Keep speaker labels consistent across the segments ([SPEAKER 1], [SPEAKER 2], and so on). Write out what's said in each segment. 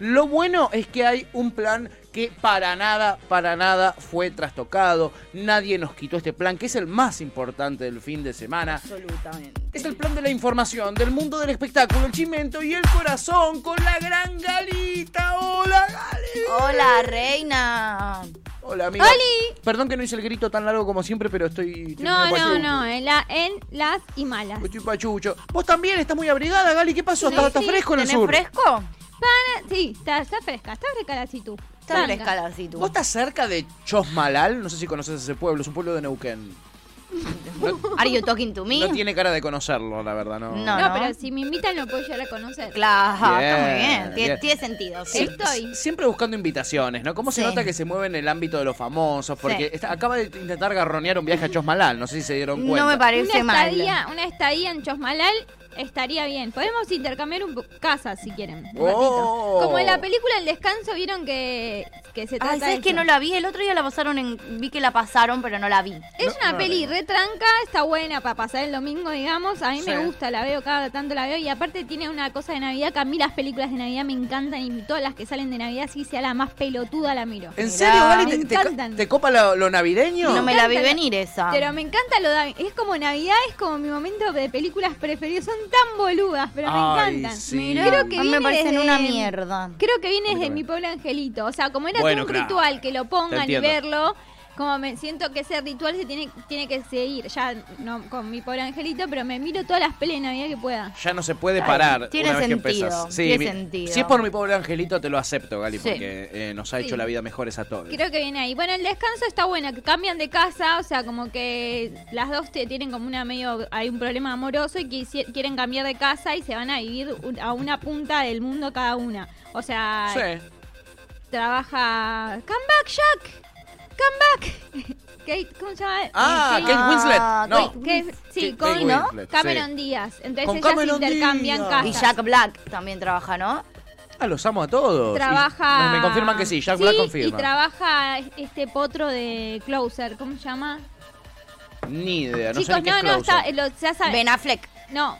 [SPEAKER 1] Lo bueno es que hay un plan que para nada, para nada fue trastocado. Nadie nos quitó este plan, que es el más importante del fin de semana.
[SPEAKER 2] Absolutamente.
[SPEAKER 1] Es el plan de la información, del mundo del espectáculo, el chimento y el corazón con la gran galita. ¡Hola, Gali!
[SPEAKER 2] Hola, reina.
[SPEAKER 1] Hola, amiga.
[SPEAKER 3] ¡Holi!
[SPEAKER 1] Perdón que no hice el grito tan largo como siempre, pero estoy... estoy
[SPEAKER 3] No,
[SPEAKER 1] medio
[SPEAKER 3] no,
[SPEAKER 1] pachucho.
[SPEAKER 3] no, en, la- en las y malas.
[SPEAKER 1] Estoy pachucho. Vos también estás muy abrigada, Gali. ¿Qué pasó? ¿Está,
[SPEAKER 3] Sí,
[SPEAKER 1] está
[SPEAKER 3] sí,
[SPEAKER 1] fresco en el
[SPEAKER 2] ¿Tenés
[SPEAKER 1] sur?
[SPEAKER 2] fresco?
[SPEAKER 3] Para- sí, está, está fresca, está fresca la situ.
[SPEAKER 2] Está
[SPEAKER 3] Tranca.
[SPEAKER 2] fresca la situ.
[SPEAKER 1] ¿Vos estás cerca de Chosmalal? No sé si conoces ese pueblo, es un pueblo de Neuquén. No,
[SPEAKER 2] Are you talking to me?
[SPEAKER 1] no tiene cara de conocerlo, la verdad, no.
[SPEAKER 2] No.
[SPEAKER 3] No, pero si me invitan lo puedo llegar a conocer.
[SPEAKER 2] Claro, está muy
[SPEAKER 1] Bien,
[SPEAKER 2] bien. Tiene,
[SPEAKER 1] bien.
[SPEAKER 2] tiene sentido.
[SPEAKER 1] Sie-
[SPEAKER 2] Sí.
[SPEAKER 3] estoy.
[SPEAKER 1] Siempre buscando invitaciones, ¿no? ¿Cómo se
[SPEAKER 2] Sí.
[SPEAKER 1] nota que se mueve en el ámbito de los famosos? Porque
[SPEAKER 2] Sí.
[SPEAKER 1] está- acaba de intentar garronear un viaje a Chosmalal, no sé si se dieron cuenta.
[SPEAKER 2] No me
[SPEAKER 3] Una
[SPEAKER 2] parece mal.
[SPEAKER 3] estadía, una estadía en Chosmalal estaría bien. Podemos intercambiar un po- casas si quieren. un
[SPEAKER 1] Oh.
[SPEAKER 3] ratito. Como en la película El Descanso vieron que, que se trata
[SPEAKER 2] Ay, ¿sabes
[SPEAKER 3] de
[SPEAKER 2] que
[SPEAKER 3] eso.
[SPEAKER 2] no la vi? El otro día la pasaron en... Vi que la pasaron, pero no la vi.
[SPEAKER 3] Es una
[SPEAKER 1] no la
[SPEAKER 3] peli retranca, está buena para pasar el domingo, digamos. A mí me
[SPEAKER 1] Sí.
[SPEAKER 3] gusta, la veo cada tanto la veo. Y aparte tiene una cosa de Navidad que a mí las películas de Navidad me encantan y todas las que salen de Navidad, si sea la más pelotuda, la miro.
[SPEAKER 1] ¿En
[SPEAKER 2] Mirá.
[SPEAKER 1] serio, Gali? ¿Te,
[SPEAKER 3] Me
[SPEAKER 1] te ca-
[SPEAKER 3] encantan.
[SPEAKER 1] te copa lo, lo navideño?
[SPEAKER 2] No me la vi
[SPEAKER 3] encanta la-
[SPEAKER 2] venir esa.
[SPEAKER 3] Pero me encanta lo de... Es como Navidad, es como mi momento de películas preferidas. Son tan boludas, pero
[SPEAKER 1] Ay,
[SPEAKER 3] me encantan.
[SPEAKER 1] sí.
[SPEAKER 2] Mirá,
[SPEAKER 3] Creo que
[SPEAKER 2] a mí me
[SPEAKER 3] viene
[SPEAKER 2] parecen
[SPEAKER 3] desde-
[SPEAKER 2] una mierda.
[SPEAKER 3] Creo que viene desde mi pobre angelito. O sea, como era
[SPEAKER 1] Bueno,
[SPEAKER 3] todo un
[SPEAKER 1] claro.
[SPEAKER 3] ritual que lo pongan
[SPEAKER 1] Te
[SPEAKER 3] y
[SPEAKER 1] entiendo.
[SPEAKER 3] verlo, como me siento que ese ritual se tiene, tiene que seguir. Ya no con mi pobre angelito, pero me miro todas las pelis de Navidad que pueda.
[SPEAKER 1] Ya no se puede parar
[SPEAKER 2] tiene
[SPEAKER 1] una vez que
[SPEAKER 2] sentido,
[SPEAKER 1] empezás.
[SPEAKER 2] tiene
[SPEAKER 1] mi-
[SPEAKER 2] sentido.
[SPEAKER 1] Si es por mi pobre angelito, te lo acepto, Gali,
[SPEAKER 2] Sí.
[SPEAKER 1] porque eh, nos ha hecho
[SPEAKER 3] Sí.
[SPEAKER 1] la vida mejores a todos.
[SPEAKER 3] Creo que viene ahí. Bueno, el descanso está bueno, que cambian de casa, o sea, como que las dos te tienen como una medio, hay un problema amoroso y quisi- quieren cambiar de casa y se van a vivir un- a una punta del mundo cada una. O sea,
[SPEAKER 1] Sí.
[SPEAKER 3] trabaja... ¡Come back, Jack! ¡Come back! Kate, ¿cómo se llama?
[SPEAKER 1] Ah,
[SPEAKER 3] Eh, Kate-
[SPEAKER 1] Kate Winslet.
[SPEAKER 2] Ah,
[SPEAKER 1] No.
[SPEAKER 3] Kate- sí,
[SPEAKER 1] Kate
[SPEAKER 3] con
[SPEAKER 1] Winslet,
[SPEAKER 3] Cameron
[SPEAKER 1] sí.
[SPEAKER 3] Díaz. Entonces
[SPEAKER 1] Con
[SPEAKER 3] ellas
[SPEAKER 1] Cameron
[SPEAKER 3] intercambian
[SPEAKER 1] Díaz.
[SPEAKER 3] casas.
[SPEAKER 2] Y Jack Black también trabaja, ¿no?
[SPEAKER 1] Ah, los amo a todos.
[SPEAKER 3] trabaja.
[SPEAKER 1] Y- me confirman que sí, Jack Black confirma.
[SPEAKER 3] Y trabaja este potro de Closer, ¿cómo se llama?
[SPEAKER 1] Ni idea, no sé
[SPEAKER 3] Chicos,
[SPEAKER 1] ni qué
[SPEAKER 3] no,
[SPEAKER 1] es
[SPEAKER 3] no,
[SPEAKER 1] Closer.
[SPEAKER 3] está, eh, lo, ya saben.
[SPEAKER 2] Ben Affleck.
[SPEAKER 3] No.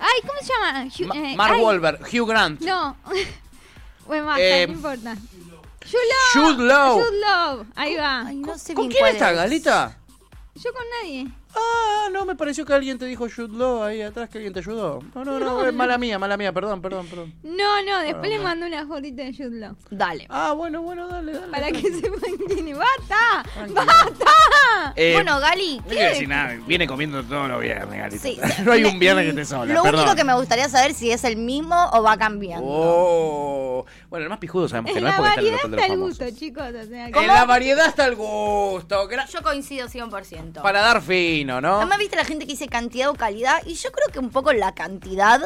[SPEAKER 3] Ay, ¿cómo se llama? Hugh-
[SPEAKER 1] Ma-
[SPEAKER 3] eh,
[SPEAKER 1] Mark
[SPEAKER 3] ay,
[SPEAKER 1] Wahlberg, Hugh Grant.
[SPEAKER 3] No. bueno, basta,
[SPEAKER 1] Eh,
[SPEAKER 3] no importa. Jude Love.
[SPEAKER 1] Jude Law.
[SPEAKER 3] Jude Law. Ahí va.
[SPEAKER 2] Ay, no sé
[SPEAKER 1] ¿Con
[SPEAKER 2] bien
[SPEAKER 1] quién
[SPEAKER 2] cuál
[SPEAKER 1] está,
[SPEAKER 2] es.
[SPEAKER 1] Galita?
[SPEAKER 3] Yo con nadie.
[SPEAKER 1] Ah, no, me pareció que alguien te dijo Jude Law ahí atrás, que alguien te ayudó. No, no, no, es mala mía, mala mía, perdón, perdón, perdón.
[SPEAKER 3] No, no, después le mando una fotito de Jude Law.
[SPEAKER 2] Dale.
[SPEAKER 1] Ah, bueno, bueno, dale, dale.
[SPEAKER 3] Para que sepan quién es. ¡Basta!
[SPEAKER 1] Tranquila.
[SPEAKER 3] ¡Basta! Eh,
[SPEAKER 1] Eh,
[SPEAKER 2] bueno, Gali,
[SPEAKER 1] no
[SPEAKER 2] ¿qué-
[SPEAKER 1] quiero decir nada, viene comiendo todos los viernes, Galita.
[SPEAKER 2] Sí.
[SPEAKER 1] no hay un viernes que esté sola,
[SPEAKER 2] Lo
[SPEAKER 1] perdón.
[SPEAKER 2] único que me gustaría saber si es el mismo o va cambiando.
[SPEAKER 1] Oh, bueno, el más pijudo sabemos que
[SPEAKER 3] En
[SPEAKER 1] no es
[SPEAKER 3] la
[SPEAKER 1] porque está en el
[SPEAKER 3] variedad
[SPEAKER 1] hotel de
[SPEAKER 3] está
[SPEAKER 1] los
[SPEAKER 3] el gusto,
[SPEAKER 1] famosos.
[SPEAKER 3] chicos. O sea,
[SPEAKER 1] En la variedad está el gusto, gra-
[SPEAKER 2] Yo coincido 100%.
[SPEAKER 1] para dar fino, ¿no?
[SPEAKER 2] Además, viste la gente que dice cantidad o calidad, y yo creo que un poco la cantidad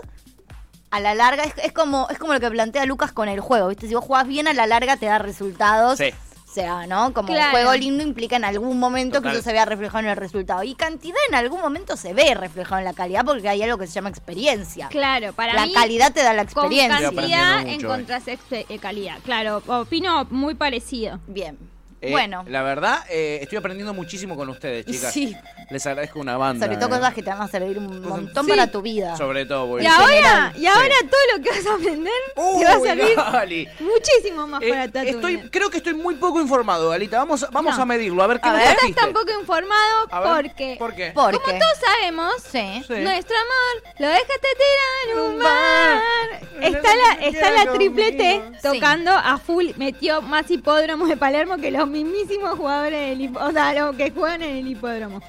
[SPEAKER 2] a la larga es, es como es como lo que plantea Lucas con el juego, ¿viste? Si vos jugás bien a la larga te da resultados.
[SPEAKER 1] Sí.
[SPEAKER 2] O sea, ¿no? Como un
[SPEAKER 3] Claro.
[SPEAKER 2] juego lindo implica en algún momento
[SPEAKER 1] Total.
[SPEAKER 2] que eso se vea reflejado en el resultado. Y cantidad en algún momento se ve reflejado en la calidad porque hay algo que se llama experiencia.
[SPEAKER 3] Claro, para
[SPEAKER 2] la
[SPEAKER 3] mí.
[SPEAKER 2] calidad te da la
[SPEAKER 3] Con
[SPEAKER 2] experiencia.
[SPEAKER 1] Estoy
[SPEAKER 3] cantidad
[SPEAKER 1] aprendiendo
[SPEAKER 3] en
[SPEAKER 1] mucho
[SPEAKER 3] contra sexo- eh, calidad. Claro, opino muy parecido.
[SPEAKER 2] Bien.
[SPEAKER 1] Eh,
[SPEAKER 2] bueno.
[SPEAKER 1] La verdad, eh, estoy aprendiendo muchísimo con ustedes, chicas.
[SPEAKER 2] Sí.
[SPEAKER 1] Les agradezco una banda.
[SPEAKER 2] Sobre todo
[SPEAKER 1] eh.
[SPEAKER 2] cosas que te van a servir un montón
[SPEAKER 1] Sí.
[SPEAKER 2] para tu vida.
[SPEAKER 1] Sobre todo, porque-
[SPEAKER 3] Y ahora,
[SPEAKER 2] general,
[SPEAKER 3] y ahora todo lo que vas a aprender te va a
[SPEAKER 1] Uy,
[SPEAKER 3] servir
[SPEAKER 1] Gali.
[SPEAKER 3] muchísimo más
[SPEAKER 1] Eh,
[SPEAKER 3] para tu
[SPEAKER 1] estoy,
[SPEAKER 3] vida.
[SPEAKER 1] creo que estoy muy poco informado, Galita. Vamos, vamos
[SPEAKER 3] No.
[SPEAKER 1] a medirlo, a ver qué
[SPEAKER 2] A
[SPEAKER 1] nos
[SPEAKER 2] ver.
[SPEAKER 3] No
[SPEAKER 1] trajiste.
[SPEAKER 3] estás tampoco informado
[SPEAKER 1] A ver,
[SPEAKER 3] porque,
[SPEAKER 1] ¿Por qué?
[SPEAKER 2] Porque
[SPEAKER 3] como todos sabemos, eh,
[SPEAKER 2] Sí.
[SPEAKER 1] Sí.
[SPEAKER 3] nuestro amor lo dejaste tirar en un
[SPEAKER 1] Un
[SPEAKER 3] bar.
[SPEAKER 1] bar.
[SPEAKER 3] Está la,
[SPEAKER 1] Quiero
[SPEAKER 3] está la triple T
[SPEAKER 1] conmigo.
[SPEAKER 3] tocando a full, metió más hipódromos de Palermo que los mismísimos jugadores del hipódromo, o sea, los que juegan en el hipódromo.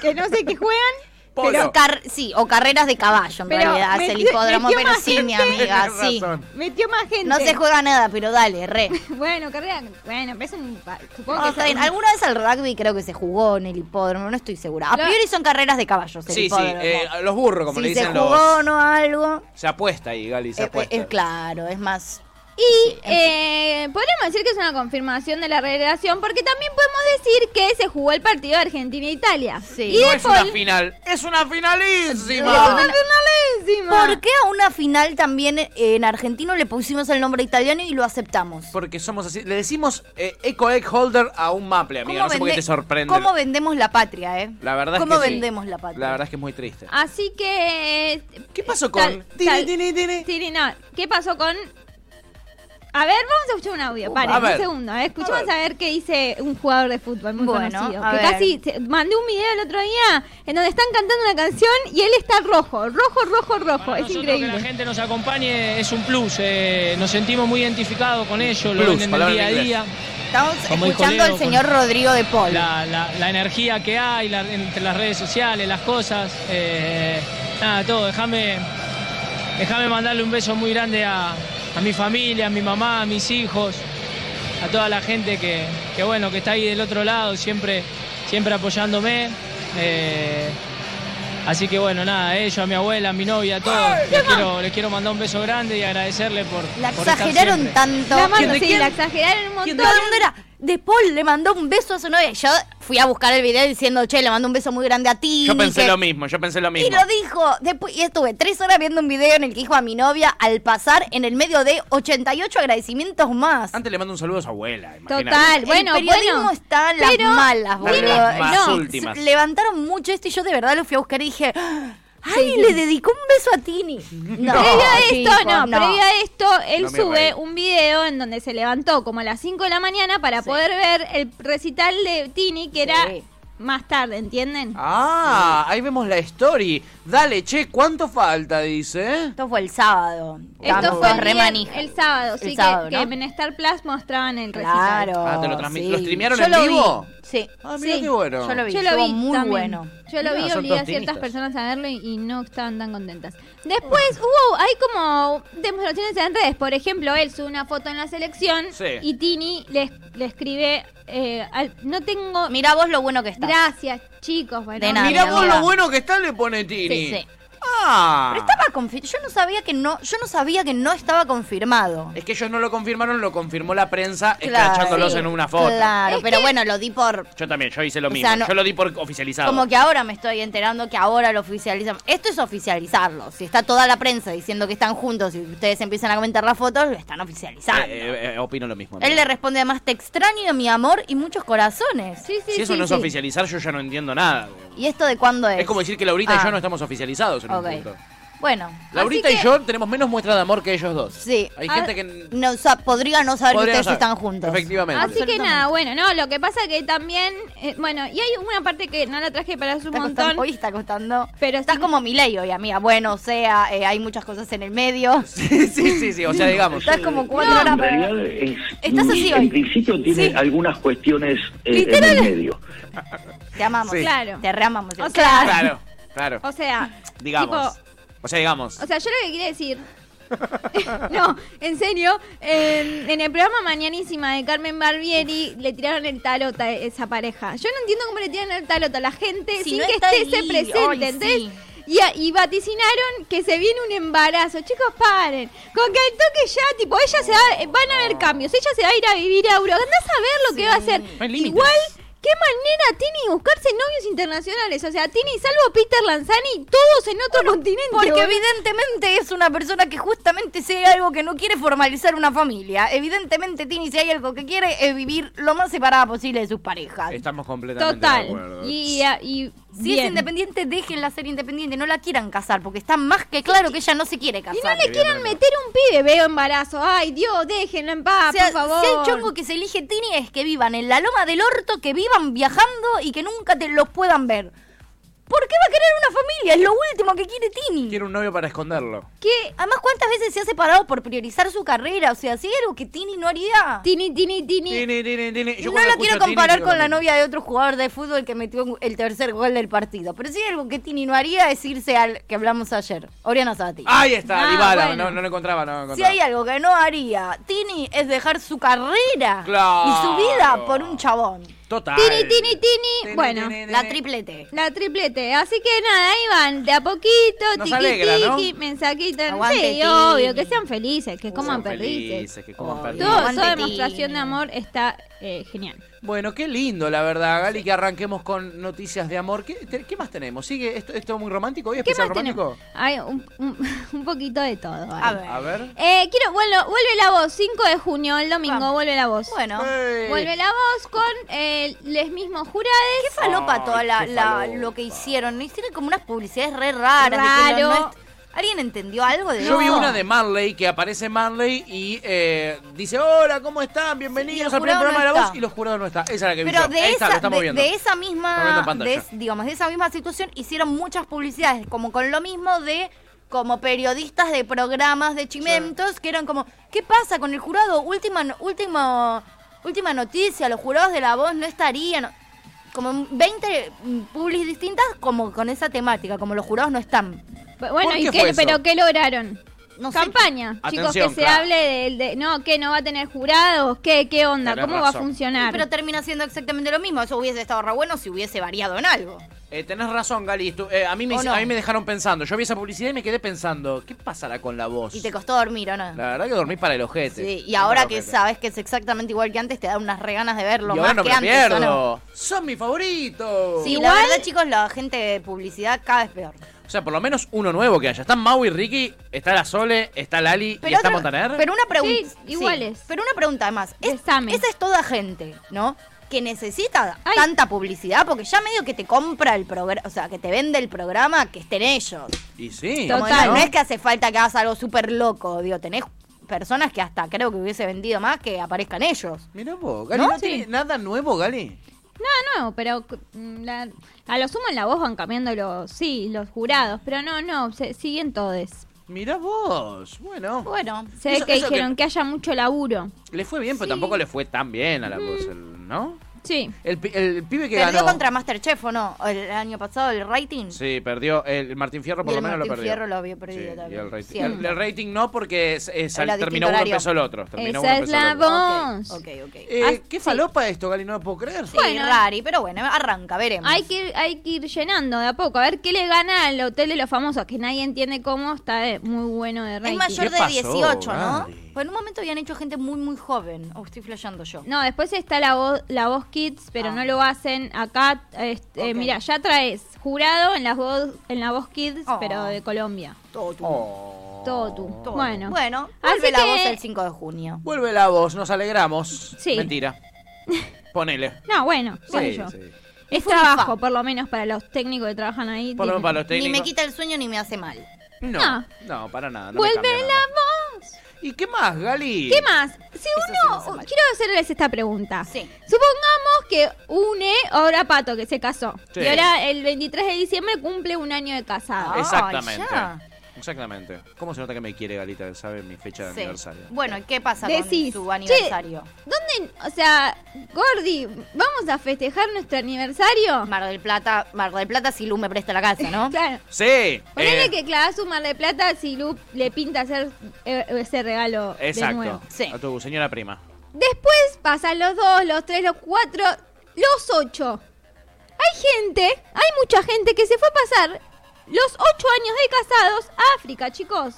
[SPEAKER 3] que no sé qué juegan,
[SPEAKER 1] Polo.
[SPEAKER 2] Pero car- sí, o carreras de caballo en
[SPEAKER 3] Pero
[SPEAKER 2] realidad, hace el
[SPEAKER 3] metió-
[SPEAKER 2] hipódromo,
[SPEAKER 3] metió
[SPEAKER 2] pero
[SPEAKER 3] más
[SPEAKER 2] sí, mi
[SPEAKER 3] gente.
[SPEAKER 2] amiga,
[SPEAKER 1] Tenés
[SPEAKER 2] sí.
[SPEAKER 1] razón.
[SPEAKER 3] metió más gente.
[SPEAKER 2] No se juega nada, pero dale, re.
[SPEAKER 3] Bueno, carrera, bueno, pero es un pa- supongo
[SPEAKER 2] Porque
[SPEAKER 3] que
[SPEAKER 2] está
[SPEAKER 3] es
[SPEAKER 2] bien.
[SPEAKER 3] un-
[SPEAKER 2] Alguna vez al rugby creo que se jugó en el hipódromo, no estoy segura. A
[SPEAKER 3] Lo-
[SPEAKER 2] priori son carreras de caballos el
[SPEAKER 1] Sí, sí,
[SPEAKER 2] hipódromo.
[SPEAKER 1] eh, a los burros, como
[SPEAKER 2] si
[SPEAKER 1] le dicen
[SPEAKER 2] se
[SPEAKER 1] los.
[SPEAKER 2] jugó o no algo,
[SPEAKER 1] Se apuesta ahí, Gali, se
[SPEAKER 2] eh, eh,
[SPEAKER 1] apuesta.
[SPEAKER 2] es claro, es más...
[SPEAKER 3] Y eh, podríamos decir que es una confirmación de la relación, porque también podemos decir que se jugó el partido de Argentina-Italia.
[SPEAKER 2] Sí.
[SPEAKER 3] Y
[SPEAKER 1] No
[SPEAKER 3] de
[SPEAKER 1] es una
[SPEAKER 3] Paul-
[SPEAKER 1] final, es una
[SPEAKER 3] ¡Es una
[SPEAKER 1] finalísima.
[SPEAKER 3] finalísima! encima.
[SPEAKER 2] ¿Por qué a una final también eh, en argentino le pusimos el nombre italiano y lo aceptamos?
[SPEAKER 1] Porque somos así. Le decimos eh, Eco Egg Holder a un maple, amiga. No sé por qué
[SPEAKER 2] vende-
[SPEAKER 1] te sorprende.
[SPEAKER 2] cómo vendemos la patria, eh?
[SPEAKER 1] La verdad es
[SPEAKER 2] ¿Cómo
[SPEAKER 1] que sí.
[SPEAKER 2] vendemos la patria?
[SPEAKER 1] La verdad es que es muy triste.
[SPEAKER 3] Así que.
[SPEAKER 1] ¿Qué pasó
[SPEAKER 3] tal-
[SPEAKER 1] con.? Tini,
[SPEAKER 3] tal-
[SPEAKER 1] tini, tini.
[SPEAKER 3] Tini, no. ¿Qué pasó con.? A ver, vamos a escuchar un audio.
[SPEAKER 1] Uh,
[SPEAKER 3] Paren,
[SPEAKER 1] a
[SPEAKER 3] un
[SPEAKER 1] ver.
[SPEAKER 3] segundo. eh. Escuchemos
[SPEAKER 1] A
[SPEAKER 3] a
[SPEAKER 1] ver.
[SPEAKER 3] ver. qué dice un jugador de fútbol muy
[SPEAKER 2] Bueno,
[SPEAKER 3] conocido.
[SPEAKER 2] a
[SPEAKER 3] que
[SPEAKER 2] ver.
[SPEAKER 3] casi. se- mandé un video el otro día en donde están cantando una canción y él está rojo, rojo, rojo, rojo.
[SPEAKER 4] Para
[SPEAKER 3] Es
[SPEAKER 4] nosotros
[SPEAKER 3] increíble.
[SPEAKER 4] Que la gente nos acompañe es un plus. eh, nos sentimos muy identificados con ellos,
[SPEAKER 1] Plus,
[SPEAKER 4] lo ven en el
[SPEAKER 1] palabra
[SPEAKER 4] día a
[SPEAKER 1] en inglés.
[SPEAKER 4] día.
[SPEAKER 2] Estamos
[SPEAKER 4] Como el
[SPEAKER 2] escuchando al
[SPEAKER 4] coleo con-
[SPEAKER 2] señor Rodrigo de Paul.
[SPEAKER 4] La, la- la energía que hay la- entre las redes sociales, las cosas. eh, nada, todo. Déjame déjame mandarle un beso muy grande a, a mi familia, a mi mamá, a mis hijos, a toda la gente que, que, bueno, que está ahí del otro lado, siempre, siempre apoyándome. eh, Así que bueno, nada, a ellos, a mi abuela, a mi novia, a todos. Les quiero, les quiero mandar un beso grande y agradecerle por.
[SPEAKER 2] La
[SPEAKER 4] por estar
[SPEAKER 2] exageraron
[SPEAKER 4] siempre.
[SPEAKER 2] tanto.
[SPEAKER 3] La
[SPEAKER 1] ¿Quién
[SPEAKER 3] mano,
[SPEAKER 1] de
[SPEAKER 3] sí,
[SPEAKER 1] quién?
[SPEAKER 3] la exageraron un montón.
[SPEAKER 2] ¿De dónde era? De Paul le mandó un beso a su novia. Yo fui a buscar el video diciendo, che, le mando un beso muy grande a ti.
[SPEAKER 1] Yo pensé lo mismo, yo pensé lo mismo.
[SPEAKER 2] Y lo dijo. Después, y estuve tres horas viendo un video en el que dijo a mi novia al pasar en el medio de 88 agradecimientos más.
[SPEAKER 1] Antes le mando un saludo a su abuela. imagínate.
[SPEAKER 3] Total, bueno,
[SPEAKER 2] el periodismo
[SPEAKER 3] bueno.
[SPEAKER 2] está en las
[SPEAKER 3] pero
[SPEAKER 2] malas, boludo.
[SPEAKER 3] tiene-
[SPEAKER 1] Las más
[SPEAKER 2] No,
[SPEAKER 1] últimas.
[SPEAKER 2] s- Levantaron mucho esto y yo de verdad lo fui a buscar y dije, ay, le dedicó un beso a Tini. No,
[SPEAKER 3] previo a esto,
[SPEAKER 2] chicos,
[SPEAKER 3] no, previo a esto, él
[SPEAKER 1] No me reí.
[SPEAKER 3] sube un video en donde se levantó como a las 5 de la mañana para poder ver el recital de Tini, que era
[SPEAKER 2] Sí.
[SPEAKER 3] más tarde, ¿entienden?
[SPEAKER 1] Ah, ahí vemos la story. Dale, che, ¿cuánto falta? Dice. ¿eh?
[SPEAKER 2] Esto fue el sábado.
[SPEAKER 3] Esto
[SPEAKER 2] Estábamos
[SPEAKER 3] fue
[SPEAKER 2] todos
[SPEAKER 3] el,
[SPEAKER 2] re
[SPEAKER 3] día-
[SPEAKER 2] manija.
[SPEAKER 3] el sábado, sí,
[SPEAKER 2] El sábado,
[SPEAKER 3] que,
[SPEAKER 2] ¿no?
[SPEAKER 3] que Menestar Plus mostraban el recital.
[SPEAKER 2] Claro.
[SPEAKER 1] Ah, te lo transmit-
[SPEAKER 2] sí.
[SPEAKER 1] ¿lo streamearon
[SPEAKER 2] Yo
[SPEAKER 1] en
[SPEAKER 2] lo
[SPEAKER 1] vivo?
[SPEAKER 2] vi, Sí. Oh,
[SPEAKER 1] Ah, mira
[SPEAKER 3] Sí,
[SPEAKER 1] qué bueno.
[SPEAKER 2] yo lo vi.
[SPEAKER 3] Yo lo
[SPEAKER 2] estuvo
[SPEAKER 3] vi
[SPEAKER 2] muy
[SPEAKER 3] también.
[SPEAKER 2] bueno.
[SPEAKER 3] Yo lo
[SPEAKER 1] Mira,
[SPEAKER 3] vi,
[SPEAKER 1] son
[SPEAKER 3] obligué a
[SPEAKER 1] todos
[SPEAKER 3] ciertas
[SPEAKER 1] tinistas.
[SPEAKER 3] personas a verlo y, y no estaban tan contentas. Después hubo, hay como demostraciones en redes. Por ejemplo, él sube una foto en la selección
[SPEAKER 1] Sí.
[SPEAKER 3] y Tini le, le escribe, eh, al- no tengo...
[SPEAKER 2] Mirá vos lo bueno que está.
[SPEAKER 1] Ah.
[SPEAKER 3] Gracias, chicos. Bueno,
[SPEAKER 2] De nada,
[SPEAKER 1] Mirá
[SPEAKER 2] mi
[SPEAKER 1] vos
[SPEAKER 2] amiga.
[SPEAKER 1] lo bueno que está, le pone Tini.
[SPEAKER 2] Sí, sí.
[SPEAKER 1] Ah.
[SPEAKER 2] Pero estaba confi- yo no sabía que no, yo no sabía que no estaba confirmado.
[SPEAKER 1] Es que ellos no lo confirmaron, lo confirmó la prensa
[SPEAKER 2] Claro.
[SPEAKER 1] escrachándolos
[SPEAKER 2] Sí,
[SPEAKER 1] en una foto.
[SPEAKER 2] Claro,
[SPEAKER 3] Es
[SPEAKER 2] pero
[SPEAKER 3] que-
[SPEAKER 2] bueno, lo di por
[SPEAKER 1] Yo también, yo hice lo
[SPEAKER 2] O
[SPEAKER 1] mismo.
[SPEAKER 2] sea, no-
[SPEAKER 1] Yo lo di por oficializado.
[SPEAKER 2] como que ahora me estoy enterando que ahora lo oficializan. Esto es oficializarlo. Si está toda la prensa diciendo que están juntos y ustedes empiezan a comentar las fotos, lo están oficializando.
[SPEAKER 1] Eh, eh, eh, opino lo mismo.
[SPEAKER 2] Él
[SPEAKER 1] amigo.
[SPEAKER 2] le responde además, te extraño, mi amor, y muchos corazones.
[SPEAKER 3] Sí, sí,
[SPEAKER 1] si eso
[SPEAKER 3] sí,
[SPEAKER 1] no es
[SPEAKER 3] sí.
[SPEAKER 1] oficializar, yo ya no entiendo nada.
[SPEAKER 2] ¿Y esto de cuándo es?
[SPEAKER 1] Es como decir que Laurita
[SPEAKER 2] Ah,
[SPEAKER 1] y yo no estamos oficializados en
[SPEAKER 2] ok.
[SPEAKER 1] un punto.
[SPEAKER 2] Bueno,
[SPEAKER 1] Laurita
[SPEAKER 3] Así
[SPEAKER 1] y
[SPEAKER 3] que-
[SPEAKER 1] yo tenemos menos muestra de amor que ellos dos.
[SPEAKER 2] sí.
[SPEAKER 1] Hay
[SPEAKER 3] Ah,
[SPEAKER 1] gente que.
[SPEAKER 2] No, o sea, podría no saber
[SPEAKER 1] podría
[SPEAKER 2] que
[SPEAKER 1] no
[SPEAKER 2] ustedes
[SPEAKER 1] saber.
[SPEAKER 2] están juntos.
[SPEAKER 1] Efectivamente.
[SPEAKER 3] Así que nada, bueno, no, lo que pasa que también, eh, bueno, y hay una parte que no la traje para hacer un
[SPEAKER 2] Está
[SPEAKER 3] montón.
[SPEAKER 1] Eh,
[SPEAKER 2] costando, hoy está costando.
[SPEAKER 3] Pero
[SPEAKER 2] estás
[SPEAKER 3] sí-
[SPEAKER 2] como mi ley hoy, amiga. Bueno, o sea, eh, hay muchas cosas en el medio.
[SPEAKER 1] Sí, sí, sí, sí, o sea, digamos.
[SPEAKER 2] Estás como cuatro horas.
[SPEAKER 5] En
[SPEAKER 2] para-
[SPEAKER 5] realidad, es-
[SPEAKER 2] Estás así hoy.
[SPEAKER 5] en principio tiene
[SPEAKER 2] Sí.
[SPEAKER 5] algunas cuestiones eh, en
[SPEAKER 3] Literal.
[SPEAKER 5] el medio.
[SPEAKER 2] Te amamos.
[SPEAKER 1] Sí.
[SPEAKER 3] Claro.
[SPEAKER 2] Te reamamos.
[SPEAKER 3] O sea,
[SPEAKER 1] Claro, claro.
[SPEAKER 3] O sea,
[SPEAKER 1] Digamos.
[SPEAKER 3] tipo,
[SPEAKER 1] O sea, digamos.
[SPEAKER 3] o sea, yo lo que quería decir. no, en serio, en, en el programa Mañanísima de Carmen Barbieri le tiraron el tarot a esa pareja. Yo no entiendo cómo le tiran el tarot a la gente
[SPEAKER 2] Si
[SPEAKER 3] sin
[SPEAKER 2] no
[SPEAKER 3] que
[SPEAKER 2] está
[SPEAKER 3] esté
[SPEAKER 2] ahí,
[SPEAKER 3] ese presente.
[SPEAKER 2] ay,
[SPEAKER 3] ¿entendés?
[SPEAKER 2] sí.
[SPEAKER 3] Y, a- y vaticinaron que se viene un embarazo. Chicos, paren. Con que al toque ya, tipo, ella se va, eh, van a
[SPEAKER 2] Ah.
[SPEAKER 3] haber cambios. Ella se va a ir a vivir a Europa. Andás a ver lo que va a hacer.
[SPEAKER 1] No hay límites.
[SPEAKER 3] Igual, qué manera Tini de buscarse novios internacionales. O sea, Tini, salvo Peter Lanzani, todos en otro continente.
[SPEAKER 2] Porque
[SPEAKER 3] boludo.
[SPEAKER 2] evidentemente es una persona que justamente si hay algo que no quiere formalizar una familia. Evidentemente, Tini, si hay algo que quiere es vivir lo más separada posible de sus parejas.
[SPEAKER 1] Estamos completamente de
[SPEAKER 3] Total.
[SPEAKER 1] acuerdo.
[SPEAKER 3] Y, a- y
[SPEAKER 2] Si es
[SPEAKER 3] bien.
[SPEAKER 2] independiente, déjenla ser independiente. No la quieran casar, porque está más que claro que ella no se quiere
[SPEAKER 3] Y
[SPEAKER 2] casar.
[SPEAKER 3] no le quieran meter un pibe, veo embarazo. Ay, Dios, déjenlo en paz,
[SPEAKER 2] O sea,
[SPEAKER 3] Ah, por favor.
[SPEAKER 2] Ah, si hay chongo que se elige Tini es que vivan en la loma del orto, que vivan viajando y que nunca te los puedan ver. ¿Por qué va a querer una familia? Es lo último que quiere Tini.
[SPEAKER 1] Quiero un novio para esconderlo.
[SPEAKER 3] ¿Qué?
[SPEAKER 2] Además, ¿cuántas veces se ha separado por priorizar su carrera? O sea, si hay algo que Tini no haría.
[SPEAKER 3] Tini, tini, tini.
[SPEAKER 1] Tini, tini, tini. Yo
[SPEAKER 2] no
[SPEAKER 1] cuando
[SPEAKER 2] lo
[SPEAKER 1] escucho
[SPEAKER 2] quiero
[SPEAKER 1] a Tini,
[SPEAKER 2] comparar
[SPEAKER 1] digo
[SPEAKER 2] con
[SPEAKER 1] lo
[SPEAKER 2] la
[SPEAKER 1] mismo.
[SPEAKER 2] novia de otro jugador de fútbol que metió el tercer gol del partido. Pero si hay algo que Tini no haría es irse al que hablamos ayer, Oriana Sabatini.
[SPEAKER 1] Ahí está,
[SPEAKER 3] Ah,
[SPEAKER 1] Dybala.
[SPEAKER 3] bueno.
[SPEAKER 1] No, no lo encontraba, no lo encontraba.
[SPEAKER 2] Si hay algo que no haría Tini es dejar su carrera
[SPEAKER 1] Claro.
[SPEAKER 2] y su vida por un chabón.
[SPEAKER 1] Total.
[SPEAKER 3] Tini, tini, tini. Bueno,
[SPEAKER 2] La triplete.
[SPEAKER 3] La triplete. Así que nada, ahí van, de a poquito,
[SPEAKER 1] Nos
[SPEAKER 3] tiqui,
[SPEAKER 1] alegra, ¿no?
[SPEAKER 3] tiqui, mensajito.
[SPEAKER 2] Aguante,
[SPEAKER 3] Sí,
[SPEAKER 2] Tini.
[SPEAKER 3] obvio, que sean felices, que
[SPEAKER 1] Sean
[SPEAKER 3] coman perdices.
[SPEAKER 1] felices, que coman
[SPEAKER 2] Obvio.
[SPEAKER 1] perdices.
[SPEAKER 3] Todo,
[SPEAKER 2] Aguante,
[SPEAKER 3] toda demostración
[SPEAKER 2] Tini.
[SPEAKER 3] de amor está eh, genial.
[SPEAKER 1] Bueno, qué lindo, la verdad, Gali, que arranquemos con noticias de amor. ¿Qué, te- qué más tenemos? ¿Sigue esto, esto muy romántico? ¿Hoy es
[SPEAKER 3] ¿Qué
[SPEAKER 1] especial
[SPEAKER 3] más
[SPEAKER 1] romántico?
[SPEAKER 3] tenemos? Hay un, un- un poquito de todo. hay.
[SPEAKER 2] A ver.
[SPEAKER 1] A ver.
[SPEAKER 3] Eh, quiero, bueno, vuelve la voz, 5 de junio, el domingo,
[SPEAKER 2] Vamos.
[SPEAKER 3] vuelve la voz.
[SPEAKER 2] Bueno.
[SPEAKER 1] ¡Ey!
[SPEAKER 3] Vuelve la voz con eh, les mismos jurades.
[SPEAKER 2] Qué falopa
[SPEAKER 1] Ay,
[SPEAKER 2] todo la,
[SPEAKER 1] qué
[SPEAKER 2] la-
[SPEAKER 1] falopa.
[SPEAKER 2] lo que hicieron. Hicieron como unas publicidades re raras. de que lo
[SPEAKER 3] Raro.
[SPEAKER 2] nuestro- ¿Alguien entendió algo de
[SPEAKER 1] Yo vi
[SPEAKER 2] eso?
[SPEAKER 1] una de Marley, que aparece Marley y eh, dice, hola, ¿cómo están?
[SPEAKER 2] Y
[SPEAKER 1] Bienvenidos
[SPEAKER 2] los
[SPEAKER 1] al primer
[SPEAKER 2] jurados no
[SPEAKER 1] programa de la voz.
[SPEAKER 2] están.
[SPEAKER 1] Y los jurados no están. Esa es la que vi
[SPEAKER 2] Pero
[SPEAKER 1] yo.
[SPEAKER 2] de
[SPEAKER 1] Ahí está, lo
[SPEAKER 2] esa,
[SPEAKER 1] estamos
[SPEAKER 2] de,
[SPEAKER 1] viendo.
[SPEAKER 2] de esa
[SPEAKER 1] Estamos viendo en
[SPEAKER 2] misma,
[SPEAKER 1] pantalla.
[SPEAKER 2] de es- digamos, de esa misma situación hicieron muchas publicidades, como con lo mismo de como periodistas de programas de chimentos, que eran como, ¿qué pasa con el jurado? Última, no- último, última noticia, los jurados de la voz no estarían. Como 20 publis distintas, como con esa temática, como los jurados no están.
[SPEAKER 3] Bueno,
[SPEAKER 1] ¿Por
[SPEAKER 3] ¿y
[SPEAKER 1] qué
[SPEAKER 3] qué,
[SPEAKER 1] fue eso?
[SPEAKER 3] pero qué lograron?
[SPEAKER 2] No sé.
[SPEAKER 3] Campaña, chicos, que
[SPEAKER 1] Atención,
[SPEAKER 3] se
[SPEAKER 1] claro.
[SPEAKER 3] hable del de, no, que no va a tener jurados, qué, qué onda,
[SPEAKER 1] Tenés
[SPEAKER 3] cómo va
[SPEAKER 1] razón.
[SPEAKER 3] a funcionar.
[SPEAKER 2] Pero termina siendo exactamente lo mismo. Eso hubiese estado re bueno si hubiese variado en algo.
[SPEAKER 1] Eh, tenés razón, Gali. estu- eh, a, mí me,
[SPEAKER 2] ¿O
[SPEAKER 1] hice-
[SPEAKER 2] no?
[SPEAKER 1] a mí me dejaron pensando. Yo vi esa publicidad y me quedé pensando, ¿qué pasará con la voz?
[SPEAKER 2] Y te costó dormir, ¿o no?
[SPEAKER 1] La verdad que dormís para el ojete.
[SPEAKER 2] Sí, y
[SPEAKER 1] Para
[SPEAKER 2] ahora
[SPEAKER 1] el
[SPEAKER 2] que
[SPEAKER 1] ojete.
[SPEAKER 2] sabes que es exactamente igual que antes, te da unas reganas de verlo
[SPEAKER 1] y
[SPEAKER 2] más
[SPEAKER 1] ahora no
[SPEAKER 2] que
[SPEAKER 1] me
[SPEAKER 2] antes. ¿o no?
[SPEAKER 1] pierdo. Son mis favoritos.
[SPEAKER 2] Sí,
[SPEAKER 3] Igual-
[SPEAKER 2] la verdad, chicos, la gente de publicidad cada vez peor.
[SPEAKER 1] O sea, por lo menos uno nuevo que haya. Están Mau y Ricky, está la Sole, está Lali y está
[SPEAKER 2] otra-
[SPEAKER 1] Montaner.
[SPEAKER 2] pero una pregunta.
[SPEAKER 3] Sí, iguales.
[SPEAKER 2] pero una pregunta más. Es,
[SPEAKER 3] Besame.
[SPEAKER 2] esa es toda gente, ¿no? Que necesita
[SPEAKER 3] Ay.
[SPEAKER 2] tanta publicidad porque ya medio que te compra el programa, o sea, que te vende el programa que estén ellos.
[SPEAKER 1] Y sí.
[SPEAKER 2] Como
[SPEAKER 3] Total.
[SPEAKER 2] no,
[SPEAKER 1] ¿no?
[SPEAKER 2] no es que hace falta que hagas algo súper loco, digo, tenés personas que hasta creo que hubiese vendido más que aparezcan ellos.
[SPEAKER 1] Mirá vos, Gali, ¿no,
[SPEAKER 3] ¿No? Sí.
[SPEAKER 1] tiene nada nuevo, Gali?
[SPEAKER 3] Nada nuevo, pero mm, la- a lo sumo en la voz van cambiando los, sí, los jurados, pero no, no, se, siguen todos.
[SPEAKER 1] Mirá vos. Bueno.
[SPEAKER 2] Bueno,
[SPEAKER 3] Se ve
[SPEAKER 1] Eso-
[SPEAKER 3] que
[SPEAKER 1] eso que-
[SPEAKER 3] dijeron que... haya mucho laburo.
[SPEAKER 1] Le fue bien, pero
[SPEAKER 3] Sí.
[SPEAKER 1] tampoco le fue tan bien a la voz, el- ¿no?
[SPEAKER 3] Sí.
[SPEAKER 1] El, pi- el pibe que
[SPEAKER 2] perdió
[SPEAKER 1] ganó.
[SPEAKER 2] contra Masterchef, ¿o no? El año pasado, el rating.
[SPEAKER 1] Sí, perdió. El Martín Fierro por
[SPEAKER 2] Y
[SPEAKER 1] lo
[SPEAKER 2] el
[SPEAKER 1] menos lo
[SPEAKER 2] Martín
[SPEAKER 1] perdió.
[SPEAKER 2] Fierro lo había perdido
[SPEAKER 1] Sí,
[SPEAKER 2] también.
[SPEAKER 1] Y el, rating. El,
[SPEAKER 2] Siempre.
[SPEAKER 1] el rating no, porque es- es-
[SPEAKER 2] Era
[SPEAKER 1] terminó uno,
[SPEAKER 2] distinto
[SPEAKER 1] empezó el otro. Terminó
[SPEAKER 3] Esa
[SPEAKER 1] uno,
[SPEAKER 3] es
[SPEAKER 1] empezó
[SPEAKER 3] la
[SPEAKER 1] el otro.
[SPEAKER 3] Vamos.
[SPEAKER 2] Ok, ok. ok.
[SPEAKER 1] Eh,
[SPEAKER 3] Ah,
[SPEAKER 1] qué
[SPEAKER 3] sí.
[SPEAKER 1] falopa esto, Gali, no lo puedo creer.
[SPEAKER 2] Sí,
[SPEAKER 3] Bueno.
[SPEAKER 2] rari, pero bueno, arranca, veremos.
[SPEAKER 3] Hay que, ir- hay que ir llenando de a poco, a ver qué le gana al Hotel de los Famosos, que nadie entiende cómo está eh, muy bueno de rating.
[SPEAKER 2] es mayor
[SPEAKER 1] ¿Qué
[SPEAKER 2] de
[SPEAKER 1] pasó,
[SPEAKER 2] 18, ¿no?
[SPEAKER 1] Gary?
[SPEAKER 2] Pues en un momento habían hecho gente muy, muy joven. O estoy flasheando yo.
[SPEAKER 3] No, después está la voz, la voz Kids, pero
[SPEAKER 2] Ah.
[SPEAKER 3] no lo hacen. Acá, este,
[SPEAKER 2] Ok.
[SPEAKER 3] mira, ya traes jurado en la voz, en la voz Kids,
[SPEAKER 2] Oh.
[SPEAKER 3] pero de Colombia.
[SPEAKER 2] Todo tu-
[SPEAKER 1] Oh.
[SPEAKER 3] Todo tú.
[SPEAKER 2] todo.
[SPEAKER 3] Bueno.
[SPEAKER 2] Bueno,
[SPEAKER 3] Así
[SPEAKER 2] vuelve la
[SPEAKER 3] que-
[SPEAKER 2] voz el 5 de junio.
[SPEAKER 1] Vuelve la voz, nos alegramos.
[SPEAKER 3] Sí.
[SPEAKER 1] Mentira. Ponele.
[SPEAKER 3] No, bueno, qué sé
[SPEAKER 1] Sí,
[SPEAKER 3] yo.
[SPEAKER 1] sí.
[SPEAKER 3] Es
[SPEAKER 2] Fue un
[SPEAKER 3] trabajo,
[SPEAKER 2] fa-
[SPEAKER 3] por lo menos para los técnicos que trabajan ahí.
[SPEAKER 1] Por lo menos
[SPEAKER 3] Tienen-
[SPEAKER 1] para los
[SPEAKER 2] Ni
[SPEAKER 1] técnicos.
[SPEAKER 2] me quita el sueño ni me hace mal.
[SPEAKER 1] No,
[SPEAKER 3] No.
[SPEAKER 1] no, para nada. no me
[SPEAKER 3] Vuelve
[SPEAKER 1] cambia nada.
[SPEAKER 3] la voz.
[SPEAKER 1] ¿Y qué más, Gali?
[SPEAKER 3] ¿Qué más? Si
[SPEAKER 2] sí me hace
[SPEAKER 3] uno.
[SPEAKER 2] mal.
[SPEAKER 3] quiero hacerles esta pregunta.
[SPEAKER 2] Sí.
[SPEAKER 3] Supongamos que une ahora a Pato, que se casó.
[SPEAKER 1] Sí.
[SPEAKER 3] Y ahora el 23 de diciembre cumple un año de casado.
[SPEAKER 2] Ah,
[SPEAKER 1] Exactamente.
[SPEAKER 2] ya.
[SPEAKER 1] Exactamente. ¿Cómo se nota que me quiere Galita? ¿Sabe mi fecha de
[SPEAKER 2] Sí.
[SPEAKER 1] aniversario?
[SPEAKER 2] Bueno, ¿y ¿qué pasa
[SPEAKER 3] Decís,
[SPEAKER 2] con su
[SPEAKER 3] "Che,
[SPEAKER 2] aniversario?
[SPEAKER 3] ¿Dónde? O sea, Gordi, ¿vamos a festejar nuestro aniversario?
[SPEAKER 2] Mar del Plata, Mar del Plata si Lu me presta la casa, ¿no?
[SPEAKER 3] Claro.
[SPEAKER 1] Sí.
[SPEAKER 3] Ponele
[SPEAKER 1] eh,
[SPEAKER 3] que clavas un mar de plata si Lu le pinta hacer eh, ese regalo de
[SPEAKER 1] Exacto.
[SPEAKER 3] nuevo.
[SPEAKER 2] Sí.
[SPEAKER 1] A tu señora prima.
[SPEAKER 3] Después pasan los dos, los tres, los cuatro, los ocho. Hay gente, hay mucha gente que se fue a pasar los ocho años de casados a África, chicos.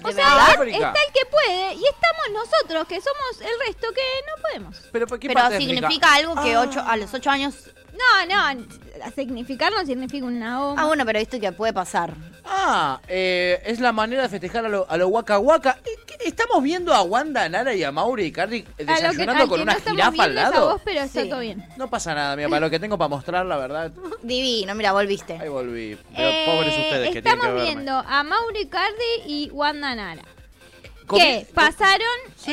[SPEAKER 3] O
[SPEAKER 2] ¿De
[SPEAKER 3] sea,
[SPEAKER 1] verdad?
[SPEAKER 3] es-
[SPEAKER 1] África.
[SPEAKER 3] está el que puede y estamos nosotros, que somos el resto que no podemos.
[SPEAKER 1] Pero ¿por qué
[SPEAKER 2] Pero
[SPEAKER 1] parte de
[SPEAKER 2] significa
[SPEAKER 1] África? Ah.
[SPEAKER 2] algo que ocho, a los 8 años...
[SPEAKER 3] No, no, significar no significa una
[SPEAKER 2] Ah,
[SPEAKER 3] bomba.
[SPEAKER 2] bueno, pero esto que puede pasar.
[SPEAKER 1] Ah, eh, es la manera de festejar a lo, a lo Waka Waka. Eh, ¿qué? Estamos viendo a Wanda, Nara y a Mauri y Cardi
[SPEAKER 3] a lo que,
[SPEAKER 1] desayunando
[SPEAKER 3] al
[SPEAKER 1] con
[SPEAKER 3] que
[SPEAKER 1] una
[SPEAKER 3] no estamos
[SPEAKER 1] jirafa al
[SPEAKER 3] viendo es a
[SPEAKER 1] lado.
[SPEAKER 3] vos, pero está
[SPEAKER 2] Sí.
[SPEAKER 3] todo bien.
[SPEAKER 1] No pasa nada, mira, para lo que tengo para mostrar, la verdad.
[SPEAKER 2] Divino, mira, volviste.
[SPEAKER 1] Ahí volví. Veo
[SPEAKER 3] Eh,
[SPEAKER 1] pobres ustedes que tienen
[SPEAKER 3] estamos
[SPEAKER 1] que verme.
[SPEAKER 3] viendo a Mauri Cardi y Wanda Nara.
[SPEAKER 1] Comi-
[SPEAKER 3] que pasaron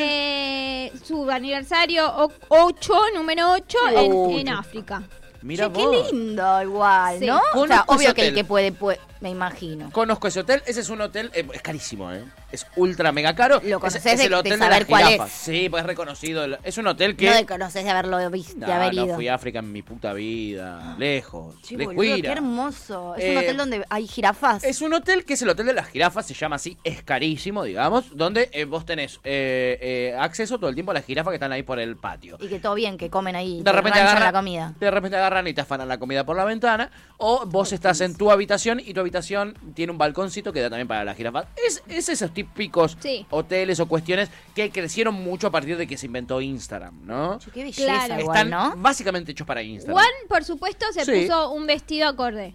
[SPEAKER 3] eh, su aniversario 8, número 8,
[SPEAKER 1] Sí. Ocho.
[SPEAKER 3] en, en África.
[SPEAKER 1] Mira
[SPEAKER 2] Che, qué
[SPEAKER 1] vos.
[SPEAKER 2] lindo igual,
[SPEAKER 3] Sí.
[SPEAKER 2] ¿no? O sea,
[SPEAKER 1] Conozco ese
[SPEAKER 2] obvio que
[SPEAKER 1] hotel.
[SPEAKER 2] el que puede, puede, me imagino.
[SPEAKER 1] Conozco ese hotel, ese es un hotel, eh, es carísimo, ¿eh? Es ultra mega caro.
[SPEAKER 2] Lo
[SPEAKER 1] Es-
[SPEAKER 2] conocés
[SPEAKER 1] es,
[SPEAKER 2] de-
[SPEAKER 1] el
[SPEAKER 2] de
[SPEAKER 1] hotel de,
[SPEAKER 2] saber
[SPEAKER 1] las
[SPEAKER 2] cuál
[SPEAKER 1] jirafas.
[SPEAKER 2] es.
[SPEAKER 1] Sí, pues es reconocido. el- Es un hotel
[SPEAKER 2] No
[SPEAKER 1] que.
[SPEAKER 2] de conoces de haberlo visto,
[SPEAKER 1] No,
[SPEAKER 2] de haber
[SPEAKER 1] no
[SPEAKER 2] ido.
[SPEAKER 1] fui a África en mi puta vida. Lejos.
[SPEAKER 2] Che,
[SPEAKER 1] Les
[SPEAKER 2] boludo, qué
[SPEAKER 1] cuira.
[SPEAKER 2] hermoso. Es
[SPEAKER 1] Eh,
[SPEAKER 2] un hotel donde hay jirafas.
[SPEAKER 1] Es un hotel que es el hotel de las jirafas, se llama así, es carísimo, digamos, donde eh, vos tenés eh, eh, acceso todo el tiempo a las jirafas que están ahí por el patio.
[SPEAKER 2] Y que todo bien, que comen ahí.
[SPEAKER 1] De repente,
[SPEAKER 2] agarran
[SPEAKER 1] agarran,
[SPEAKER 2] la comida.
[SPEAKER 1] de repente agarran y te afanan la comida por la ventana. O vos estás en tu habitación y tu habitación, tiene un balconcito que da también para las jirafas. Es, es esos típicos
[SPEAKER 3] Sí.
[SPEAKER 1] hoteles o cuestiones que crecieron mucho a partir de que se inventó Instagram, ¿no?
[SPEAKER 2] Che, Qué belleza
[SPEAKER 3] Claro.
[SPEAKER 2] igual,
[SPEAKER 1] Están
[SPEAKER 2] ¿no?
[SPEAKER 1] básicamente hechos para Instagram.
[SPEAKER 3] Juan, por supuesto, se
[SPEAKER 1] Sí.
[SPEAKER 3] puso un vestido acorde.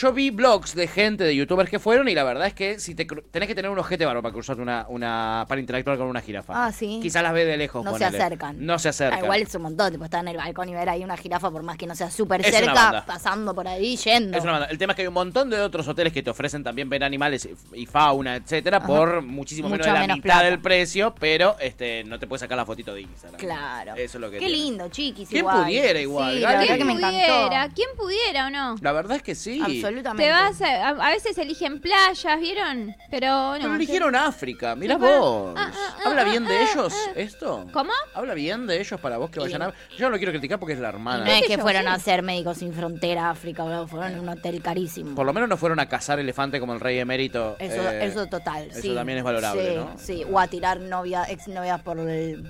[SPEAKER 1] Yo vi blogs de gente, de youtubers que fueron y la verdad es que si te cru- tenés que tener un ojete barro para cruzar una, una para interactuar con una jirafa.
[SPEAKER 2] Ah, sí.
[SPEAKER 1] Quizás las ve de lejos.
[SPEAKER 2] No se
[SPEAKER 1] ponele.
[SPEAKER 2] acercan.
[SPEAKER 1] No se acercan.
[SPEAKER 2] Ah, igual es un montón, tipo estar en el balcón y ver ahí una jirafa por más que no sea súper
[SPEAKER 1] Es una
[SPEAKER 2] cerca,
[SPEAKER 1] banda.
[SPEAKER 2] pasando por ahí, yendo.
[SPEAKER 1] Es una banda. El tema es que hay un montón de otros hoteles que te ofrecen también ver animales y- y fauna, etcétera, por muchísimo menos
[SPEAKER 2] Mucho
[SPEAKER 1] de la
[SPEAKER 2] menos
[SPEAKER 1] mitad
[SPEAKER 2] plata.
[SPEAKER 1] del precio, pero este no te puedes sacar la fotito de Instagram.
[SPEAKER 2] Claro.
[SPEAKER 1] Eso es lo que
[SPEAKER 2] Qué
[SPEAKER 1] tiene.
[SPEAKER 2] lindo, chiquis.
[SPEAKER 1] ¿Quién
[SPEAKER 2] igual.
[SPEAKER 1] pudiera igual, Gali?
[SPEAKER 2] Sí, la verdad que
[SPEAKER 3] ¿Quién
[SPEAKER 2] me
[SPEAKER 3] pudiera?
[SPEAKER 2] encantó.
[SPEAKER 3] ¿Quién pudiera o no?
[SPEAKER 1] La verdad es que sí.
[SPEAKER 2] Absolutamente.
[SPEAKER 3] Te vas a, a- a veces eligen playas, ¿vieron? Pero no.
[SPEAKER 1] Pero
[SPEAKER 3] sí.
[SPEAKER 1] eligieron África, mirá
[SPEAKER 3] Sí, pero-
[SPEAKER 1] vos.
[SPEAKER 3] ah, ah, ah,
[SPEAKER 1] ¿Habla
[SPEAKER 3] ah,
[SPEAKER 1] bien de
[SPEAKER 3] ah,
[SPEAKER 1] ellos
[SPEAKER 3] ah.
[SPEAKER 1] esto?
[SPEAKER 3] ¿Cómo?
[SPEAKER 1] ¿Habla bien de ellos para vos que vayan a... Yo no lo quiero criticar porque es la hermana.
[SPEAKER 2] No es
[SPEAKER 3] ¿Qué
[SPEAKER 2] que
[SPEAKER 3] sé yo?
[SPEAKER 2] fueron
[SPEAKER 3] Sí.
[SPEAKER 2] a hacer Médicos Sin Frontera a África, boludo, fueron a un hotel carísimo.
[SPEAKER 1] Por lo menos no fueron a cazar elefante como el rey emérito.
[SPEAKER 2] Eso,
[SPEAKER 1] eh,
[SPEAKER 2] eso total,
[SPEAKER 1] Eso
[SPEAKER 2] sí.
[SPEAKER 1] también es valorable,
[SPEAKER 2] sí,
[SPEAKER 1] ¿no?
[SPEAKER 2] Sí, o a tirar novia, exnovias por el...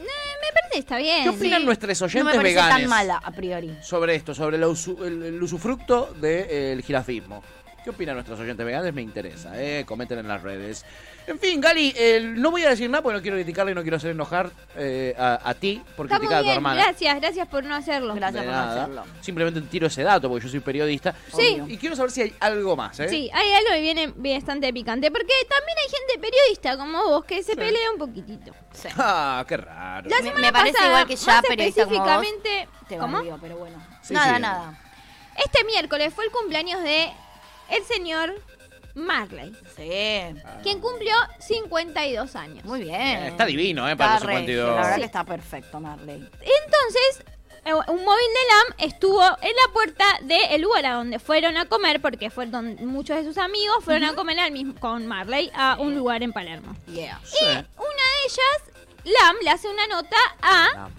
[SPEAKER 3] Me parece está bien.
[SPEAKER 1] ¿Qué opinan
[SPEAKER 3] Sí.
[SPEAKER 1] nuestros
[SPEAKER 2] No me
[SPEAKER 1] oyentes
[SPEAKER 2] parece
[SPEAKER 1] veganes?
[SPEAKER 2] tan mala, a priori. este
[SPEAKER 1] sobre esto, sobre la usu- el, el usufructo del jirafismo. ¿Qué opinan nuestros oyentes veganos? Me interesa, eh. Comenten en las redes. En fin, Gali, eh, no voy a decir nada porque no quiero criticarle y no quiero hacer enojar eh, a, a ti por
[SPEAKER 3] Está muy
[SPEAKER 1] criticar a tu
[SPEAKER 3] bien,
[SPEAKER 1] hermana.
[SPEAKER 3] gracias, gracias por no hacerlo.
[SPEAKER 2] Gracias.
[SPEAKER 1] De
[SPEAKER 2] por no hacerlo.
[SPEAKER 1] nada. Simplemente tiro ese dato porque yo soy periodista.
[SPEAKER 3] Sí.
[SPEAKER 1] Y quiero saber si hay algo más, ¿eh?
[SPEAKER 3] Sí, hay algo que viene bastante picante, porque también hay gente periodista como vos que se pelea un poquitito.
[SPEAKER 2] Sí.
[SPEAKER 1] Ah, qué raro.
[SPEAKER 3] La
[SPEAKER 2] Me-
[SPEAKER 3] semana
[SPEAKER 2] me parece
[SPEAKER 3] pasada,
[SPEAKER 2] igual que ya
[SPEAKER 3] más
[SPEAKER 2] periodista como vos,
[SPEAKER 3] específicamente,
[SPEAKER 2] Te
[SPEAKER 3] ¿cómo?
[SPEAKER 2] barrio, pero bueno.
[SPEAKER 1] Sí,
[SPEAKER 2] nada,
[SPEAKER 1] sí.
[SPEAKER 2] nada.
[SPEAKER 3] Este miércoles fue el cumpleaños de el señor Marley,
[SPEAKER 2] Sí,
[SPEAKER 3] quien cumplió 52 años.
[SPEAKER 2] muy bien.
[SPEAKER 1] Está divino, ¿eh? Para los
[SPEAKER 2] Está regio,
[SPEAKER 1] 52.
[SPEAKER 2] La verdad
[SPEAKER 3] Sí.
[SPEAKER 2] que está perfecto, Marley.
[SPEAKER 3] Entonces, eh, un móvil de LAM estuvo en la puerta del lugar a donde fueron a comer, porque fueron muchos de sus amigos fueron a comer al mismo, con Marley a un lugar en Palermo.
[SPEAKER 2] Yeah.
[SPEAKER 1] Sí.
[SPEAKER 3] Una de ellas, LAM, le hace una nota a
[SPEAKER 1] Lam.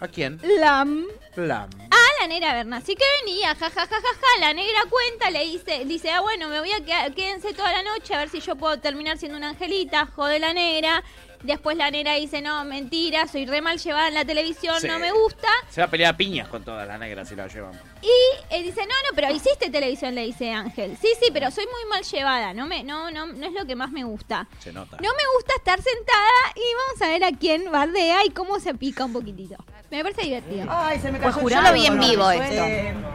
[SPEAKER 1] ¿A quién?
[SPEAKER 3] LAM.
[SPEAKER 1] Lam.
[SPEAKER 3] A la negra Berna. Así que venía, ja, ja, ja, ja, ja. La negra cuenta, le dice, dice, ah, bueno, me voy a quedar, quédense toda la noche a ver si yo puedo terminar siendo una angelita. Jode la negra. Después la negra dice, no, mentira, soy re mal llevada en la televisión,
[SPEAKER 1] Sí.
[SPEAKER 3] no me gusta.
[SPEAKER 1] Se va a pelear a piñas con todas las negras si la llevan.
[SPEAKER 3] Y eh, dice, no, no, pero hiciste televisión, le dice Ángel. Sí, sí, pero soy muy mal llevada, no me, no, no, no es lo que más me gusta.
[SPEAKER 1] Se nota.
[SPEAKER 3] No me gusta estar sentada y vamos a ver a quién bardea y cómo se pica un poquitito. Me parece divertido.
[SPEAKER 6] Ay, se me cayó
[SPEAKER 2] Pues
[SPEAKER 6] el
[SPEAKER 2] jurado,
[SPEAKER 6] jurado,
[SPEAKER 2] yo lo vi en
[SPEAKER 6] no,
[SPEAKER 2] vivo
[SPEAKER 6] me
[SPEAKER 2] esto.
[SPEAKER 6] suena.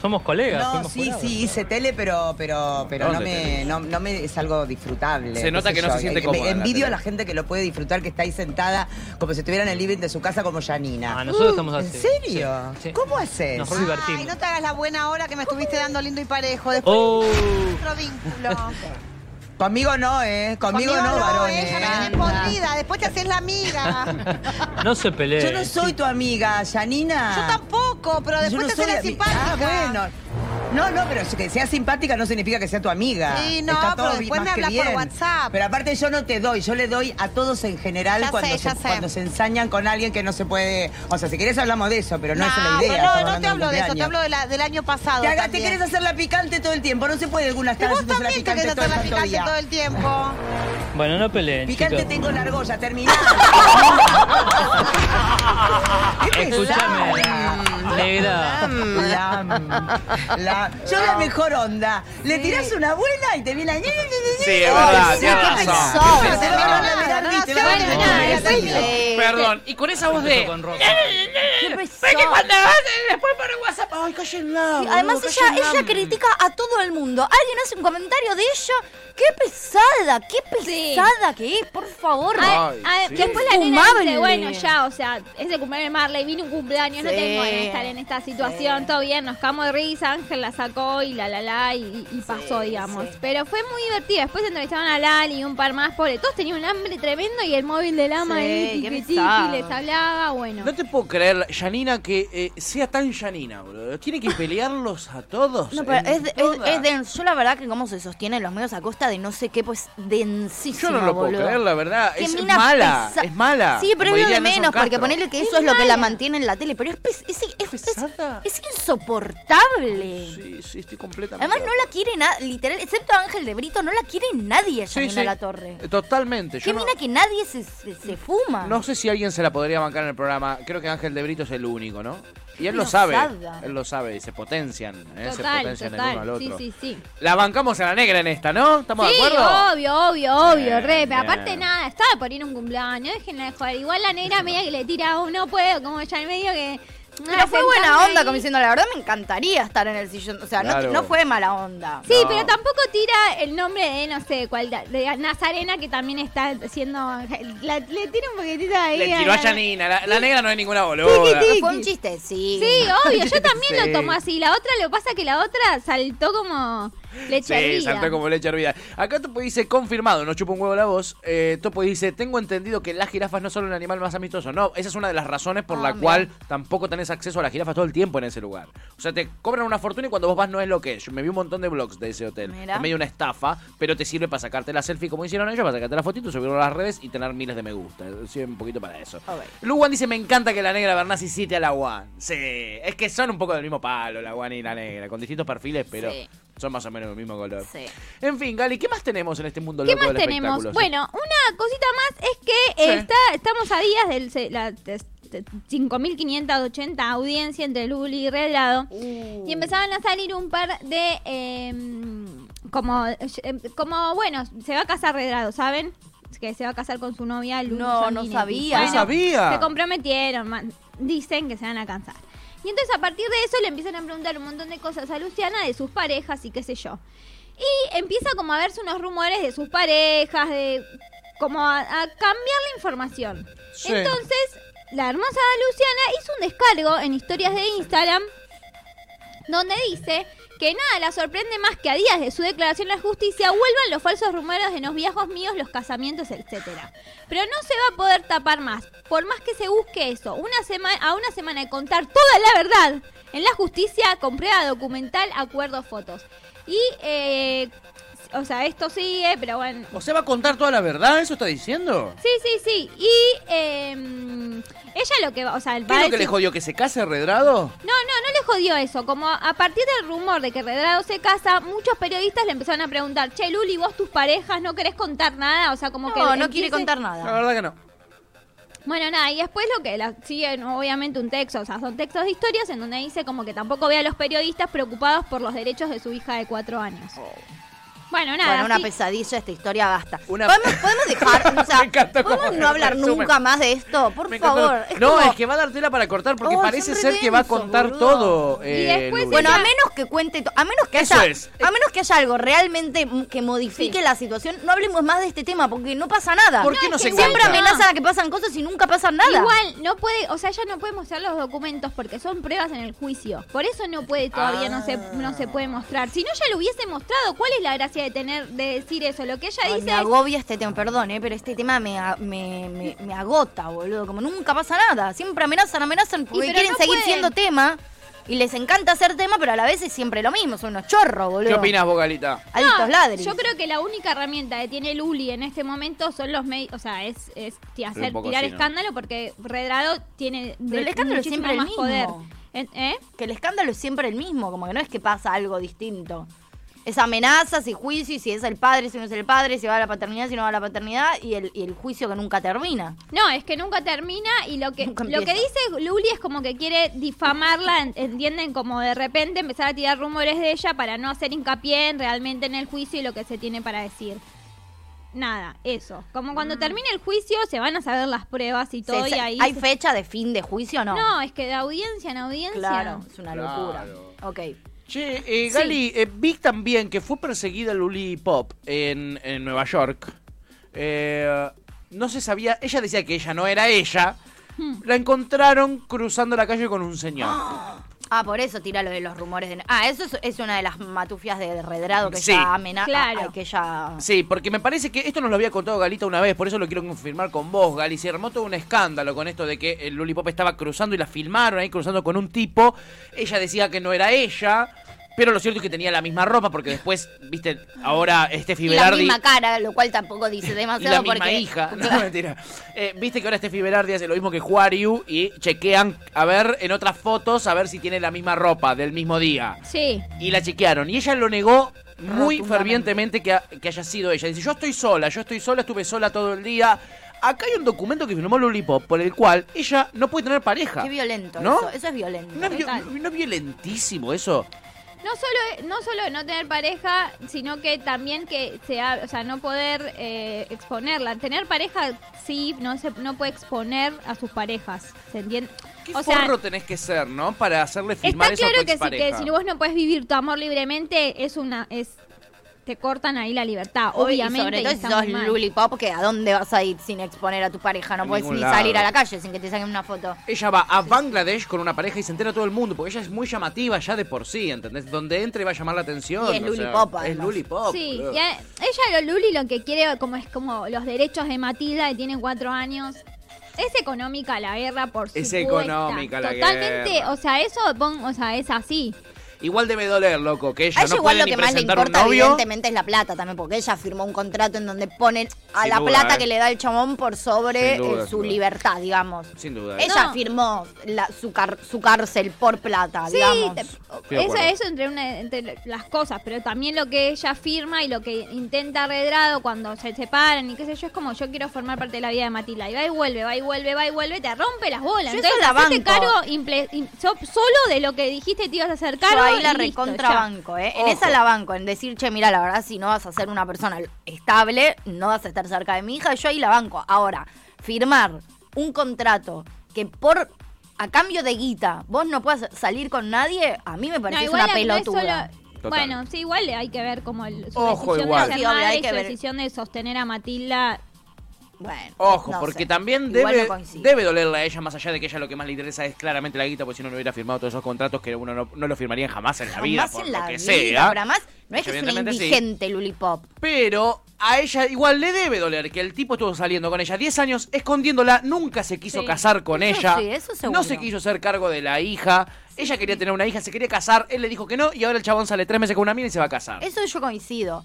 [SPEAKER 4] Somos colegas.
[SPEAKER 6] No,
[SPEAKER 4] fuimos
[SPEAKER 6] sí,
[SPEAKER 4] jurados.
[SPEAKER 6] sí, hice tele, pero, pero, pero no,
[SPEAKER 1] ¿Dónde
[SPEAKER 6] me,
[SPEAKER 1] tenés?
[SPEAKER 6] no, no me es algo disfrutable.
[SPEAKER 1] Se nota
[SPEAKER 6] sé
[SPEAKER 1] que no se siente
[SPEAKER 6] Me
[SPEAKER 1] cómoda en la
[SPEAKER 6] Envidio a
[SPEAKER 1] tele.
[SPEAKER 6] la gente que lo puede disfrutar, que está ahí sentada como si estuviera en el living de su casa como Janina.
[SPEAKER 4] Ah, nosotros estamos
[SPEAKER 6] ¿En
[SPEAKER 4] así.
[SPEAKER 6] serio?
[SPEAKER 4] Sí, sí.
[SPEAKER 6] ¿Cómo haces?
[SPEAKER 4] Nos divertimos.
[SPEAKER 7] Ay, no te hagas la buena hora que me estuviste dando lindo y parejo. Después
[SPEAKER 4] Oh,
[SPEAKER 7] otro vínculo.
[SPEAKER 6] Conmigo no, ¿eh? Conmigo, no, varones. Ah,
[SPEAKER 7] Ella me tiene podrida. Después te haces la amiga.
[SPEAKER 4] no se pelee.
[SPEAKER 6] Yo no soy tu amiga, Janina.
[SPEAKER 7] Yo tampoco, pero
[SPEAKER 6] Yo
[SPEAKER 7] después
[SPEAKER 6] no
[SPEAKER 7] te
[SPEAKER 6] soy
[SPEAKER 7] haces la
[SPEAKER 6] ami-
[SPEAKER 7] simpática.
[SPEAKER 6] Ah, bueno. No, no, pero que sea simpática no significa que sea tu amiga.
[SPEAKER 7] Sí, no,
[SPEAKER 6] Está
[SPEAKER 7] pero
[SPEAKER 6] todo bi-
[SPEAKER 7] después
[SPEAKER 6] más
[SPEAKER 7] me
[SPEAKER 6] que
[SPEAKER 7] hablas por
[SPEAKER 6] bien.
[SPEAKER 7] WhatsApp.
[SPEAKER 6] Pero aparte yo no te doy, yo le doy a todos en general
[SPEAKER 7] Ya
[SPEAKER 6] cuando,
[SPEAKER 7] sé,
[SPEAKER 6] se,
[SPEAKER 7] ya sé.
[SPEAKER 6] cuando se ensañan con alguien que no se puede... O sea, si querés hablamos de eso, pero no, es la idea.
[SPEAKER 7] pero
[SPEAKER 6] estamos
[SPEAKER 7] no, no
[SPEAKER 6] hablando
[SPEAKER 7] te
[SPEAKER 6] de
[SPEAKER 7] hablo de eso, te
[SPEAKER 6] cumpleaños.
[SPEAKER 7] hablo de la- del año pasado.
[SPEAKER 6] Te, haga- te
[SPEAKER 7] también.
[SPEAKER 6] querés hacer la picante todo el tiempo, no se puede alguna
[SPEAKER 7] Y
[SPEAKER 6] estar
[SPEAKER 7] vos
[SPEAKER 6] haciéndose la
[SPEAKER 7] también te
[SPEAKER 6] picante
[SPEAKER 7] querés
[SPEAKER 6] todo el
[SPEAKER 7] hacer la
[SPEAKER 6] santo
[SPEAKER 7] picante
[SPEAKER 6] día.
[SPEAKER 7] todo el tiempo.
[SPEAKER 4] Bueno, no peleen.
[SPEAKER 6] Picante
[SPEAKER 4] chicos.
[SPEAKER 6] tengo la argolla, terminada.
[SPEAKER 4] Escúchame, negra.
[SPEAKER 6] Lam, lam, lam. Yo la mejor onda. Le tirás una buena y te viene.
[SPEAKER 1] Sí, es verdad, tiene
[SPEAKER 2] qué
[SPEAKER 1] razón.
[SPEAKER 2] pesado.
[SPEAKER 6] Pero te van a mirar,
[SPEAKER 7] no,
[SPEAKER 6] viste,
[SPEAKER 7] no,
[SPEAKER 6] van a
[SPEAKER 3] bueno,
[SPEAKER 6] mirar.
[SPEAKER 3] nada,
[SPEAKER 6] Te
[SPEAKER 3] es-
[SPEAKER 2] Eh,
[SPEAKER 1] Perdón, y con esa voz de...
[SPEAKER 4] Con ropa.
[SPEAKER 2] qué pesado.
[SPEAKER 1] Es que cuando vas eh, después por el WhatsApp, ay, cállenla.
[SPEAKER 2] Sí,
[SPEAKER 1] boludo,
[SPEAKER 2] Además ella,
[SPEAKER 1] cállenla.
[SPEAKER 2] ella critica a todo el mundo. Alguien hace un comentario de ella. ¡Qué pesada! ¡Qué
[SPEAKER 3] Sí.
[SPEAKER 2] pesada que es! Por favor.
[SPEAKER 3] A-
[SPEAKER 1] Ay,
[SPEAKER 3] a-
[SPEAKER 1] sí.
[SPEAKER 3] Ah, Después la nena
[SPEAKER 2] Infumable.
[SPEAKER 3] dice, bueno, ya, o sea, es el cumpleaños de Marley, vino un cumpleaños, no
[SPEAKER 2] Sí.
[SPEAKER 3] tengo ganas de estar en esta situación, todo bien, nos cagamos de risa, Ángel la sacó y la la la y, y pasó, digamos. Pero fue muy divertido, después entrevistaron a Lali y un par más, pobre, todos tenían un hambre tremendo y el móvil de Lama
[SPEAKER 2] Sí,
[SPEAKER 3] ahí,
[SPEAKER 2] qué
[SPEAKER 3] tiqui, tiqui,
[SPEAKER 2] pesado.
[SPEAKER 3] les hablaba, bueno.
[SPEAKER 1] No te puedo creer, Janina, que eh, sea tan Janina, boludo. Tiene que pelearlos a todos.
[SPEAKER 2] No, pero
[SPEAKER 1] en
[SPEAKER 2] es, de- es,
[SPEAKER 1] todas.
[SPEAKER 2] es denso. Yo la verdad que cómo se sostienen los medios a costa de no sé qué, pues densísimo,
[SPEAKER 1] Yo no lo puedo
[SPEAKER 2] boludo.
[SPEAKER 1] creer, la verdad.
[SPEAKER 2] Qué
[SPEAKER 1] Es
[SPEAKER 2] mina
[SPEAKER 1] mala,
[SPEAKER 2] pesa-
[SPEAKER 1] es mala.
[SPEAKER 2] Sí, pero
[SPEAKER 1] como
[SPEAKER 2] es lo de
[SPEAKER 1] diría Nelson
[SPEAKER 2] menos, porque
[SPEAKER 1] Castro.
[SPEAKER 2] ponerle que eso es lo que la mantiene en la tele. Pero es, pes- es, es- es-
[SPEAKER 1] pesada.
[SPEAKER 2] es insoportable.
[SPEAKER 1] Sí, sí, estoy completamente...
[SPEAKER 2] Además, no la quiere nada, literal, excepto Ángel de Brito, no la quiere nadie,
[SPEAKER 1] Sí,
[SPEAKER 2] Janina
[SPEAKER 1] sí.
[SPEAKER 2] La Torre.
[SPEAKER 1] Eh, Totalmente.
[SPEAKER 2] Qué
[SPEAKER 1] Yo no,
[SPEAKER 2] mina que nadie se, se, se fuma.
[SPEAKER 1] no sé si alguien se la podría bancar en el programa. Creo que Ángel de Brito es el único, ¿no? Y él lo
[SPEAKER 2] Qué
[SPEAKER 1] sabe.
[SPEAKER 2] osada.
[SPEAKER 1] Él lo sabe y se potencian. ¿eh? se
[SPEAKER 3] Total,
[SPEAKER 1] potencian el uno al
[SPEAKER 3] total. Sí,
[SPEAKER 1] otro.
[SPEAKER 3] sí, sí.
[SPEAKER 1] La bancamos a la negra en esta, ¿no? ¿Estamos
[SPEAKER 3] Sí,
[SPEAKER 1] de acuerdo?
[SPEAKER 3] obvio, obvio, obvio,
[SPEAKER 1] Bien,
[SPEAKER 3] re, pero
[SPEAKER 1] bien.
[SPEAKER 3] aparte nada, estaba por ir a un cumpleaños, déjenla de joder. Igual la negra media que le tira, oh, no puedo, como ya en medio que...
[SPEAKER 2] Pero fue
[SPEAKER 3] ah,
[SPEAKER 2] buena
[SPEAKER 3] sentarme
[SPEAKER 2] onda,
[SPEAKER 3] ahí.
[SPEAKER 2] como diciendo, la verdad me encantaría estar en el sillón. O sea, no-
[SPEAKER 1] Claro.
[SPEAKER 2] no, fue mala onda.
[SPEAKER 3] Sí,
[SPEAKER 1] No.
[SPEAKER 3] pero tampoco tira el nombre de, no sé, cuál, da- de Nazarena, que también está siendo... la- le tira un poquitito ahí.
[SPEAKER 1] Le tiró a
[SPEAKER 3] la-
[SPEAKER 1] Janina. La, la negra no es ninguna boluda.
[SPEAKER 3] Tiki, tiki.
[SPEAKER 2] Fue un chiste, sí.
[SPEAKER 3] Sí, obvio, yo también
[SPEAKER 1] Sí.
[SPEAKER 3] lo tomo así. La otra, lo que pasa que la otra saltó como leche
[SPEAKER 1] Sí,
[SPEAKER 3] hervida.
[SPEAKER 1] saltó como leche hervida. Acá Topo dice, confirmado, no chupa un huevo la voz. Eh, Topo dice, tengo entendido que las jirafas no son el animal más amistoso. No, esa es una de las razones por
[SPEAKER 2] Ah,
[SPEAKER 1] la
[SPEAKER 2] mira.
[SPEAKER 1] cual tampoco tenés acceso a las jirafas todo el tiempo en ese lugar. O sea, te cobran una fortuna y cuando vos vas no es lo que es. Yo me vi un montón de blogs de ese hotel.
[SPEAKER 2] Mira.
[SPEAKER 1] Es medio una estafa, pero te sirve para sacarte la selfie como hicieron ellos, para sacarte la fotito, subirlo a las redes y tener miles de me gusta. Sirve un poquito para eso.
[SPEAKER 2] Ok.
[SPEAKER 1] Luwan dice, me encanta que la negra Bernasi cite a la Wan. Sí, es que son un poco del mismo palo, la Wan y la negra, con distintos perfiles, pero
[SPEAKER 2] Sí.
[SPEAKER 1] son más o menos del mismo color.
[SPEAKER 2] Sí.
[SPEAKER 1] En fin, Gali, ¿qué más tenemos en este mundo
[SPEAKER 3] ¿Qué
[SPEAKER 1] loco
[SPEAKER 3] más
[SPEAKER 1] del
[SPEAKER 3] tenemos?
[SPEAKER 1] espectáculo?
[SPEAKER 3] Bueno, una cosita más es que eh,
[SPEAKER 1] Sí.
[SPEAKER 3] está, estamos a días del se- la, te- te- 5.580 audiencia entre Luli y Redrado.
[SPEAKER 1] Uh.
[SPEAKER 3] Y empezaban a salir un par de... eh, como, eh, como, bueno, se va a casar Redrado, ¿saben? Que se va a casar con su novia Luli.
[SPEAKER 2] No, no
[SPEAKER 3] Sanguinetti.
[SPEAKER 2] sabía.
[SPEAKER 1] No sabía.
[SPEAKER 3] Se comprometieron, man- dicen que se van a cansar. Y entonces a partir de eso le empiezan a preguntar un montón de cosas a Luciana de sus parejas y qué sé yo. Y empieza como a verse unos rumores de sus parejas, de como a, a cambiar la información.
[SPEAKER 1] Sí.
[SPEAKER 3] Entonces, la hermosa Luciana hizo un descargo en historias de Instagram donde dice que nada la sorprende más que a días de su declaración a la justicia vuelvan los falsos rumores de noviazgos míos, los casamientos, etcétera. Pero no se va a poder tapar más, por más que se busque eso. Una semana a una semana de contar toda la verdad en la justicia con prueba documental, acuerdo, fotos. Y eh, o sea, esto sigue, pero bueno,
[SPEAKER 1] O sea, ¿va a contar toda la verdad? ¿Eso está diciendo?
[SPEAKER 3] Sí, sí, sí. Y eh, ella lo que va, o sea,
[SPEAKER 1] ¿Qué
[SPEAKER 3] va a
[SPEAKER 1] es lo que le
[SPEAKER 3] decir-
[SPEAKER 1] jodió? ¿Que se case Redrado?
[SPEAKER 3] no, no, no le jodió eso. Como a partir del rumor de que Redrado se casa, muchos periodistas le empezaron a preguntar, che, Luli, vos tus parejas no querés contar nada, o sea, como que...
[SPEAKER 2] No, no quiere
[SPEAKER 3] empiece-
[SPEAKER 2] contar
[SPEAKER 1] La
[SPEAKER 2] nada.
[SPEAKER 1] verdad que no.
[SPEAKER 3] Bueno, nada, y después lo que la, siguen, obviamente, un texto, o sea, son textos de historias en donde dice como que tampoco ve a los periodistas preocupados por los derechos de su hija de cuatro años. Bueno, nada.
[SPEAKER 2] Oh. Bueno, una
[SPEAKER 3] sí.
[SPEAKER 2] pesadilla esta historia basta.
[SPEAKER 1] Una-
[SPEAKER 2] ¿Podemos, podemos dejar, o sea,
[SPEAKER 1] Me encanta cómo
[SPEAKER 2] podemos
[SPEAKER 1] lo
[SPEAKER 2] no hablar
[SPEAKER 1] resumen.
[SPEAKER 2] nunca más de esto, por
[SPEAKER 1] Me encanta.
[SPEAKER 2] favor. Es
[SPEAKER 1] no,
[SPEAKER 2] como-
[SPEAKER 1] es que va a dar tela para cortar porque
[SPEAKER 2] Oh,
[SPEAKER 1] parece
[SPEAKER 2] son
[SPEAKER 1] ser que va a
[SPEAKER 2] redensos,
[SPEAKER 1] contar
[SPEAKER 2] boludo.
[SPEAKER 1] todo.
[SPEAKER 3] Y
[SPEAKER 1] eh,
[SPEAKER 3] después
[SPEAKER 1] Luli.
[SPEAKER 2] Bueno, a
[SPEAKER 3] Mira.
[SPEAKER 2] menos que cuente, to- a menos que
[SPEAKER 1] Eso
[SPEAKER 2] haya,
[SPEAKER 1] es.
[SPEAKER 2] a menos que haya algo realmente mm, que modifique la situación, no hablemos más de este tema porque no pasa nada.
[SPEAKER 1] ¿Por qué
[SPEAKER 3] No,
[SPEAKER 1] no
[SPEAKER 3] es
[SPEAKER 1] se
[SPEAKER 3] que
[SPEAKER 2] Siempre
[SPEAKER 1] engancha?
[SPEAKER 3] amenaza-
[SPEAKER 2] amenazan a que pasan cosas y nunca pasan nada.
[SPEAKER 3] Igual, no puede, o sea, ella no puede mostrar los documentos porque son pruebas en el juicio. Por eso no puede todavía, no, se, no se
[SPEAKER 2] Ah.
[SPEAKER 3] puede mostrar. Si no, ya lo hubiese mostrado. ¿Cuál es la gracia de tener de decir eso? Lo que ella
[SPEAKER 2] Ay,
[SPEAKER 3] dice
[SPEAKER 2] me
[SPEAKER 3] es,
[SPEAKER 2] agobia este tema, perdón, eh, pero este tema me, a- me, me- me agota, boludo. Como nunca pasa nada. Siempre amenazan, amenazan porque
[SPEAKER 3] pero
[SPEAKER 2] quieren
[SPEAKER 3] no
[SPEAKER 2] seguir
[SPEAKER 3] pueden.
[SPEAKER 2] siendo tema y les encanta hacer tema, pero a la vez es siempre lo mismo. Son unos chorros, boludo.
[SPEAKER 1] ¿Qué opinas vos, Galita?
[SPEAKER 2] Adictos
[SPEAKER 3] "No,
[SPEAKER 2] ladris.
[SPEAKER 3] yo creo que la única herramienta que tiene Luli en este momento son los medios, o sea, es, es ti- hacer
[SPEAKER 1] poco
[SPEAKER 3] tirar
[SPEAKER 1] sí, ¿no?
[SPEAKER 3] escándalo porque Redrado tiene de-
[SPEAKER 2] el escándalo es
[SPEAKER 3] muchísimo
[SPEAKER 2] siempre el
[SPEAKER 3] más
[SPEAKER 2] mismo.
[SPEAKER 3] poder. En- ¿Eh?
[SPEAKER 2] Que el escándalo es siempre el mismo, como que no es que pasa algo distinto. Es amenazas y juicios, si es el padre, si no es el padre, si va a la paternidad, si no va a la paternidad, y el, y el juicio que nunca termina.
[SPEAKER 3] No, es que nunca termina y lo que,
[SPEAKER 2] Nunca
[SPEAKER 3] lo que
[SPEAKER 2] empieza.
[SPEAKER 3] dice Luli es como que quiere difamarla, en- entienden como de repente empezar a tirar rumores de ella para no hacer hincapié en realmente en el juicio y lo que se tiene para decir. Nada, eso. Como cuando termine el juicio se van a saber las pruebas y todo
[SPEAKER 2] Mm. Se-
[SPEAKER 3] y
[SPEAKER 2] se-
[SPEAKER 3] ahí...
[SPEAKER 2] ¿Hay
[SPEAKER 3] se-
[SPEAKER 2] fecha de fin de juicio o no?
[SPEAKER 3] No, es que de audiencia en audiencia...
[SPEAKER 2] Claro, es una
[SPEAKER 1] Claro.
[SPEAKER 2] locura. Ok.
[SPEAKER 1] Che, eh, Gali, eh, vi también que fue perseguida Luli Pop en, en Nueva York. Eh, no se sabía, ella decía que ella no era ella. La encontraron cruzando la calle con un señor.
[SPEAKER 2] Hmm. Ah, por eso tira lo de los rumores de... Ah, eso es, es una de las matufias de Redrado que
[SPEAKER 1] Sí.
[SPEAKER 2] ya amenaza.
[SPEAKER 3] Claro.
[SPEAKER 2] Que ya...
[SPEAKER 1] Sí, porque me parece que esto nos lo había contado Galita una vez, por eso lo quiero confirmar con vos, Gali. Se armó todo un escándalo con esto de que el Lollipop estaba cruzando y la filmaron ahí cruzando con un tipo. Ella decía que no era ella, pero lo cierto es que tenía la misma ropa, porque después, viste, ahora Steffi
[SPEAKER 2] Y la
[SPEAKER 1] Berardi.
[SPEAKER 2] misma cara, lo cual tampoco dice
[SPEAKER 3] Ah,
[SPEAKER 1] Y la
[SPEAKER 2] demasiado
[SPEAKER 1] misma
[SPEAKER 2] porque...
[SPEAKER 1] hija. No, mentira. Eh, Viste que ahora Steffi Berardi hace lo mismo que Juariu y chequean a ver en otras fotos a ver si tiene la misma ropa del mismo día.
[SPEAKER 3] Sí.
[SPEAKER 1] Y la chequearon. Y ella lo negó muy
[SPEAKER 2] Rotundamente.
[SPEAKER 1] fervientemente que, ha- que haya sido ella. Dice, yo estoy sola, yo estoy sola, estuve sola todo el día. acá hay un documento que firmó Lulipop por el cual ella no puede tener pareja.
[SPEAKER 2] Qué violento
[SPEAKER 1] ¿No?
[SPEAKER 2] eso. Eso es violento.
[SPEAKER 1] ¿No es, vi-
[SPEAKER 3] Total.
[SPEAKER 1] no es violentísimo eso?
[SPEAKER 3] No solo, no solo no tener pareja, sino que también que sea, o sea, no poder eh, exponerla. Tener pareja, sí, no se, no puede exponer a sus parejas, ¿se entiende?
[SPEAKER 1] ¿Qué
[SPEAKER 3] O sea,
[SPEAKER 1] forro tenés que ser, no? Para hacerle firmar eso
[SPEAKER 3] está
[SPEAKER 1] a
[SPEAKER 3] claro
[SPEAKER 1] tu
[SPEAKER 3] que si, que
[SPEAKER 1] expareja.
[SPEAKER 3] si vos no puedes vivir tu amor libremente, es una, es, te cortan ahí la libertad,
[SPEAKER 2] Y sobre
[SPEAKER 3] obviamente.
[SPEAKER 2] todo si
[SPEAKER 3] y está
[SPEAKER 2] sos
[SPEAKER 3] muy mal.
[SPEAKER 2] lulipop, que a dónde vas a ir sin exponer a tu pareja.
[SPEAKER 1] A
[SPEAKER 2] No puedes
[SPEAKER 1] ningún
[SPEAKER 2] ni
[SPEAKER 1] lado.
[SPEAKER 2] salir a la calle sin que te saquen una foto.
[SPEAKER 1] Ella va a Bangladesh con una pareja y se entera todo el mundo, porque ella es muy llamativa ya de por sí, ¿entendés? Donde entre va a llamar la atención.
[SPEAKER 2] Y es
[SPEAKER 1] o sea,
[SPEAKER 2] Lulipop,
[SPEAKER 1] Es
[SPEAKER 2] además.
[SPEAKER 1] Lulipop.
[SPEAKER 3] Sí,
[SPEAKER 1] Oh, boludo.
[SPEAKER 3] y a- ella lo Luli lo que quiere como es como los derechos de Matilda que tiene cuatro años. Es económica la guerra por
[SPEAKER 1] Es
[SPEAKER 3] supuesto.
[SPEAKER 1] económica la
[SPEAKER 3] Totalmente,
[SPEAKER 1] guerra.
[SPEAKER 3] o sea, eso pon- o sea, es así.
[SPEAKER 1] Igual debe doler, loco, que ella
[SPEAKER 2] A ella
[SPEAKER 1] no
[SPEAKER 2] igual
[SPEAKER 1] puede
[SPEAKER 2] lo
[SPEAKER 1] ni
[SPEAKER 2] que más le
[SPEAKER 1] presentar un
[SPEAKER 2] importa,
[SPEAKER 1] novio.
[SPEAKER 2] evidentemente, es la plata también, porque ella firmó un contrato en donde ponen a
[SPEAKER 1] Sin
[SPEAKER 2] la
[SPEAKER 1] duda,
[SPEAKER 2] plata
[SPEAKER 1] eh.
[SPEAKER 2] que le da el chabón por sobre
[SPEAKER 1] Sin duda,
[SPEAKER 2] eh,
[SPEAKER 1] sin
[SPEAKER 2] su
[SPEAKER 1] duda.
[SPEAKER 2] libertad, digamos.
[SPEAKER 1] Sin duda. eh.
[SPEAKER 2] Ella
[SPEAKER 3] No.
[SPEAKER 2] firmó la- su, car- su cárcel por plata,
[SPEAKER 3] Sí,
[SPEAKER 2] digamos.
[SPEAKER 3] te-
[SPEAKER 1] de
[SPEAKER 3] eso,
[SPEAKER 1] acuerdo.
[SPEAKER 3] eso entre, una- entre las cosas, pero también lo que ella firma y lo que intenta Redrado cuando se separan y qué sé yo, es como yo quiero formar parte de la vida de Matilda. Y va y vuelve, va y vuelve, va y vuelve, te rompe las bolas.
[SPEAKER 2] Yo eso
[SPEAKER 3] Entonces,
[SPEAKER 2] la
[SPEAKER 3] hacete
[SPEAKER 2] banco.
[SPEAKER 3] cargo imple- im- so- solo de lo que dijiste te ibas a hacer cargo.
[SPEAKER 2] Yo ahí
[SPEAKER 3] y
[SPEAKER 2] la
[SPEAKER 3] listo, ya.
[SPEAKER 2] recontrabanco, ¿eh? En
[SPEAKER 1] Ojo.
[SPEAKER 2] esa la banco, en decir, che, mira, la verdad, si no vas a ser una persona estable, no vas a estar cerca de mi hija, yo ahí la banco. Ahora, firmar un contrato que por. A cambio de guita, vos no puedas salir con nadie, a mí me
[SPEAKER 3] No,
[SPEAKER 2] parece
[SPEAKER 3] igual
[SPEAKER 2] una
[SPEAKER 3] no es
[SPEAKER 2] pelotuda.
[SPEAKER 3] solo-
[SPEAKER 1] Total.
[SPEAKER 3] Bueno, sí, igual hay que ver como el- su
[SPEAKER 1] Ojo,
[SPEAKER 3] decisión
[SPEAKER 1] igual.
[SPEAKER 3] de
[SPEAKER 2] Sí,
[SPEAKER 3] ser
[SPEAKER 2] obvio,
[SPEAKER 3] madre
[SPEAKER 2] hay
[SPEAKER 3] y
[SPEAKER 2] que
[SPEAKER 3] su
[SPEAKER 2] ver.
[SPEAKER 3] decisión de sostener a Matilda.
[SPEAKER 2] Bueno,
[SPEAKER 1] Ojo,
[SPEAKER 2] no
[SPEAKER 1] porque
[SPEAKER 2] sé.
[SPEAKER 1] también
[SPEAKER 2] Igual
[SPEAKER 1] debe,
[SPEAKER 2] no coincido.
[SPEAKER 1] debe dolerle a ella, más allá de que ella lo que más le interesa es claramente la guita, porque si no, no hubiera firmado todos esos contratos que uno no, no lo firmaría jamás en la vida,
[SPEAKER 2] Jamás
[SPEAKER 1] por
[SPEAKER 2] en
[SPEAKER 1] lo
[SPEAKER 2] la
[SPEAKER 1] que
[SPEAKER 2] vida,
[SPEAKER 1] sea.
[SPEAKER 2] pero además no es que es una
[SPEAKER 1] Evidentemente sí.
[SPEAKER 2] indigente Lulipop.
[SPEAKER 1] Pero a ella igual le debe doler que el tipo estuvo saliendo con ella 10 años escondiéndola, nunca se quiso
[SPEAKER 3] Sí.
[SPEAKER 1] casar con
[SPEAKER 2] Eso
[SPEAKER 1] ella.
[SPEAKER 2] sí, eso seguro.
[SPEAKER 1] no se quiso hacer cargo de la hija. Ella quería tener una hija, se quería casar, él le dijo que no y ahora el chabón sale tres meses con una mina y se va a casar.
[SPEAKER 2] Eso yo coincido.